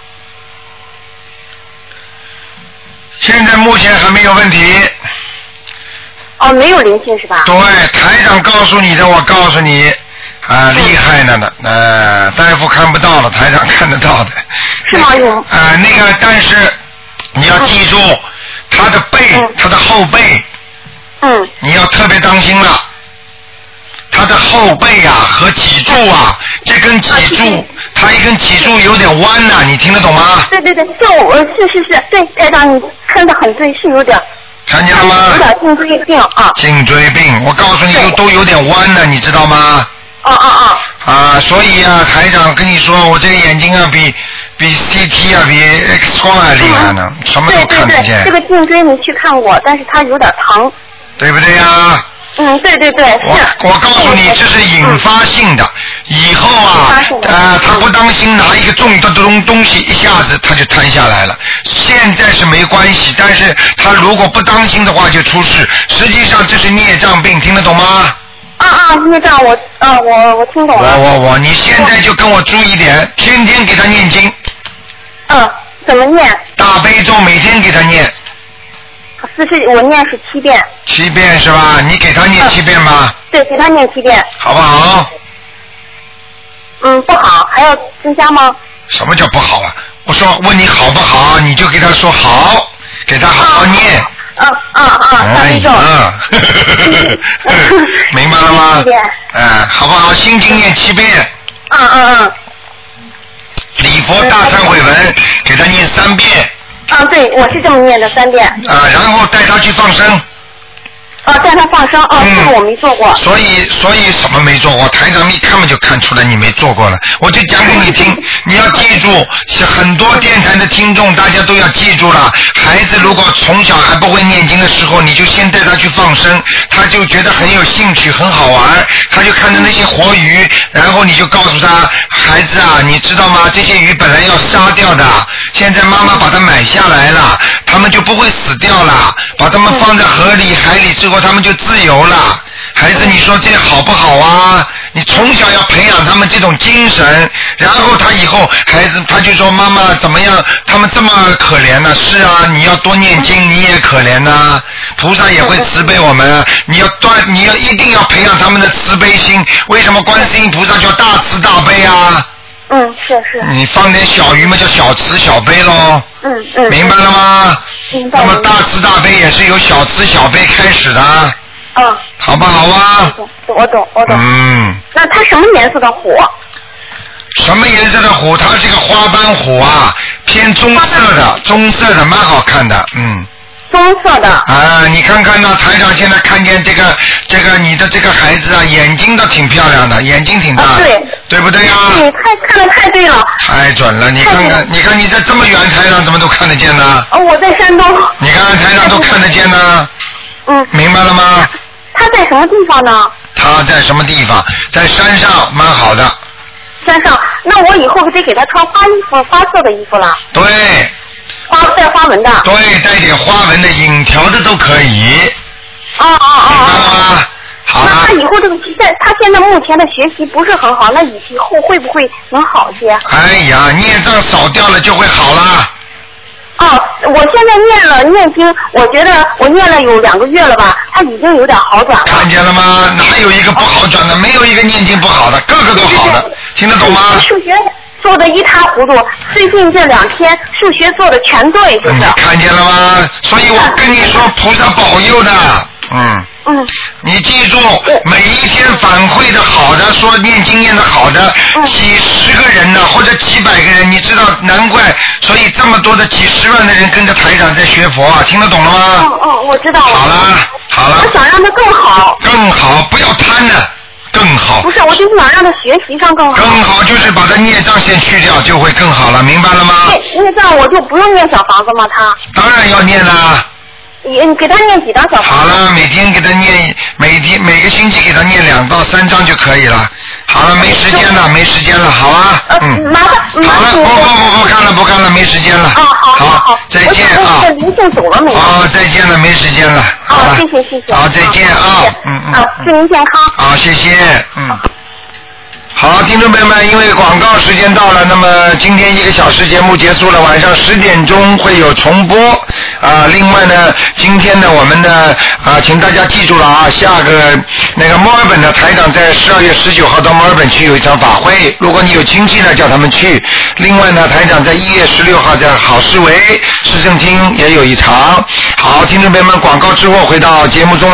Speaker 1: 现在目前还没有问题。
Speaker 8: 啊哦，没有灵性是吧？
Speaker 1: 对，台长告诉你的，我告诉你，啊，厉害了呢，呃，大夫看不到了，台长看得到的。
Speaker 8: 是吗有
Speaker 1: 啊，那个，但是你要记住，他的背，
Speaker 8: 嗯
Speaker 1: 他的后背，
Speaker 8: 嗯，
Speaker 1: 你要特别当心了。他的后背啊和脊柱啊，这根脊柱，他一根脊柱有点弯呐、你听得懂吗？
Speaker 8: 对对对，就我是是是，对，台长你看的很对，是有点
Speaker 1: 看见了
Speaker 8: 有
Speaker 1: 吗？
Speaker 8: 点颈椎病啊，
Speaker 1: 颈椎病，我告诉你都都有点弯了，你知道吗？
Speaker 8: 哦哦哦，
Speaker 1: 啊，所以啊，台长跟你说，我这个眼睛啊，比比 CT 啊，比 X 光还厉害呢，什么
Speaker 8: 嗯对
Speaker 1: 都
Speaker 8: 对
Speaker 1: 看得
Speaker 8: 对，
Speaker 1: 见
Speaker 8: 这，个颈椎你去看过，但是它有点疼，
Speaker 1: 对不对呀、
Speaker 8: 嗯，对对对，
Speaker 1: 我
Speaker 8: 是。
Speaker 1: 我告诉你，这是引发性的，以后啊
Speaker 8: 引发性，的
Speaker 1: 呃，他不当心拿一个重的东东西，一下子他就瘫下来了。现在是没关系，但是他如果不当心的话就出事。实际上这是孽障病，听得懂吗？
Speaker 8: 啊啊，那这样我啊我我听懂
Speaker 1: 我
Speaker 8: 了。
Speaker 1: 我我，你现在就跟我注意点，天天给他念经，
Speaker 8: 嗯，怎么念？啊
Speaker 1: 大悲咒每天给他念
Speaker 8: 四十，我念是七遍，
Speaker 1: 七遍是吧？你给他念七遍吧，
Speaker 8: 对，给他念七遍。
Speaker 1: 好不好？
Speaker 8: 嗯，不好，还要增加吗？
Speaker 1: 什么叫不好啊？我说问你好不好，你就给他说好，给他好好念。
Speaker 8: 嗯嗯
Speaker 1: 哎
Speaker 8: 嗯，大悲咒。
Speaker 1: 呀， 明白了吗
Speaker 8: 七遍？
Speaker 1: 哎、好不好？心经念七遍，
Speaker 8: 嗯嗯嗯，
Speaker 1: 礼佛大忏悔文给他念三遍
Speaker 8: 啊，对，我是这么念的，三遍。
Speaker 1: 啊、然后带他去放生，
Speaker 8: 哦，在他放生
Speaker 1: 嗯
Speaker 8: 哦，这个我没做过。
Speaker 1: 所以，所以什么没做过？台长一看嘛就看出来你没做过了。我就讲给你听，你要记住，是很多电台的听众，大家都要记住了。孩子如果从小还不会念经的时候，你就先带他去放生，他就觉得很有兴趣，很好玩，他就看着那些活鱼，然后你就告诉他，孩子啊，你知道吗？这些鱼本来要杀掉的，现在妈妈把它买下来了，他们就不会死掉了，把它们放在河里、海里之后，他们就自由了。孩子，你说这好不好啊？你从小要培养他们这种精神，然后他以后孩子他就说妈妈怎么样？他们这么可怜呢、是啊，你要多念
Speaker 8: 嗯
Speaker 1: 经，你也可怜呐、菩萨也会慈悲我们啊。你要断，你要一定要培养他们的慈悲心。为什么观世音菩萨叫大慈大悲啊？
Speaker 8: 嗯，是是，
Speaker 1: 你放点小鱼嘛，叫小慈小悲喽。
Speaker 8: 嗯嗯。
Speaker 1: 明白了吗？
Speaker 8: 明白
Speaker 1: 那
Speaker 8: 了
Speaker 1: 么大慈大悲也是由小慈小悲开始的，
Speaker 8: 嗯，
Speaker 1: 好不好啊？
Speaker 8: 我懂我懂。
Speaker 1: 嗯。
Speaker 8: 那它什么颜色的虎？
Speaker 1: 什么颜色的虎？它是个花斑虎啊，偏棕色的，棕色的蛮好看的，嗯。
Speaker 8: 棕色的。
Speaker 1: 啊，你看看呢，台长现在看见这个这个你的这个孩子啊，眼睛倒挺漂亮的，眼睛挺大的，
Speaker 8: 啊对
Speaker 1: 不对呀、
Speaker 8: 对，哎太看的太对了。
Speaker 1: 太准了，你看看，你看你在这么远，台长怎么都看得见呢？
Speaker 8: 哦，我在山东。
Speaker 1: 你看看台长都看得见呢，
Speaker 8: 嗯，
Speaker 1: 明白了吗？
Speaker 8: 它在什么地方呢？
Speaker 1: 他在什么地方？在山上，蛮好的。
Speaker 8: 山上。那我以后可得给它穿花衣服、花色的衣服了，
Speaker 1: 对
Speaker 8: 花带花纹的。哦
Speaker 1: 对，带点花纹的、影条的都可以，
Speaker 8: 哦哦
Speaker 1: 明白
Speaker 8: 哦。
Speaker 1: 了吗？好
Speaker 8: 那
Speaker 1: 了
Speaker 8: 他。以后这个现他现在目前的学习不是很好，那以后会不会能好些？
Speaker 1: 哎呀，孽障扫掉了就会好啦。
Speaker 8: 哦，我现在念了念经，我觉得我念了有两个月了吧，他已经有点好转了。
Speaker 1: 看见了吗？哪有一个不好转的？没有一个念经不好的，个个都好的，听得懂吗？
Speaker 8: 数学做的一塌糊涂，最近这两天数学做的全对，就是啊
Speaker 1: 你。嗯看见了吗？所以我跟你说，菩萨保佑的。嗯，
Speaker 8: 嗯，
Speaker 1: 你记住，每一天反馈的好的，说念经念的好的，
Speaker 8: 嗯
Speaker 1: 几十个人呢，或者几百个人，你知道，难怪，所以这么多的几十万的人跟着台长在学佛啊，听得懂了
Speaker 8: 嗯
Speaker 1: 吗？
Speaker 8: 嗯，我知道了。
Speaker 1: 好啦，好啦
Speaker 8: 我，想让他更好，
Speaker 1: 更好，不要贪了，更好
Speaker 8: 不。是，我就是想让他学习上更好。
Speaker 1: 更好就是把他孽障先去掉，就会更好了，明白了吗？
Speaker 8: 那那这样哎我就不用念小房子吗？他，
Speaker 1: 当然要念啦。
Speaker 8: 你你给他念几张小
Speaker 1: 好
Speaker 8: 房子？
Speaker 1: 了，每天给他念，每天每个星期给他念两到三章就可以了。好了，没时间了，没时间了，好啊，
Speaker 8: 呃，
Speaker 1: 嗯，
Speaker 8: 麻烦麻
Speaker 1: 好了，
Speaker 8: 烦
Speaker 1: 不
Speaker 8: 你。
Speaker 1: 不不不看了不看了，没时间了。
Speaker 8: 啊，好好，
Speaker 1: 再见
Speaker 8: 我想
Speaker 1: 啊
Speaker 8: 问这。灵性走了没有？
Speaker 1: 哦，再见了，没时间了。好
Speaker 8: 啊，
Speaker 1: 了，
Speaker 8: 谢谢谢谢。
Speaker 1: 好，再见啊
Speaker 8: 好谢谢，
Speaker 1: 嗯嗯。
Speaker 8: 啊，祝您健康。
Speaker 1: 好，谢谢，嗯。好，听众朋友们，因为广告时间到了，那么今天一个小时节目结束了，晚上十点钟会有重播。啊，另外呢，今天呢，我们呢，啊，请大家记住了啊，下个那个墨尔本的台长在十二月十九号到墨尔本去有一场法会，如果你有亲戚呢，叫他们去。另外呢，台长在一月十六号在好市委市政厅也有一场。好，听众朋友们，广告之后回到节目中来。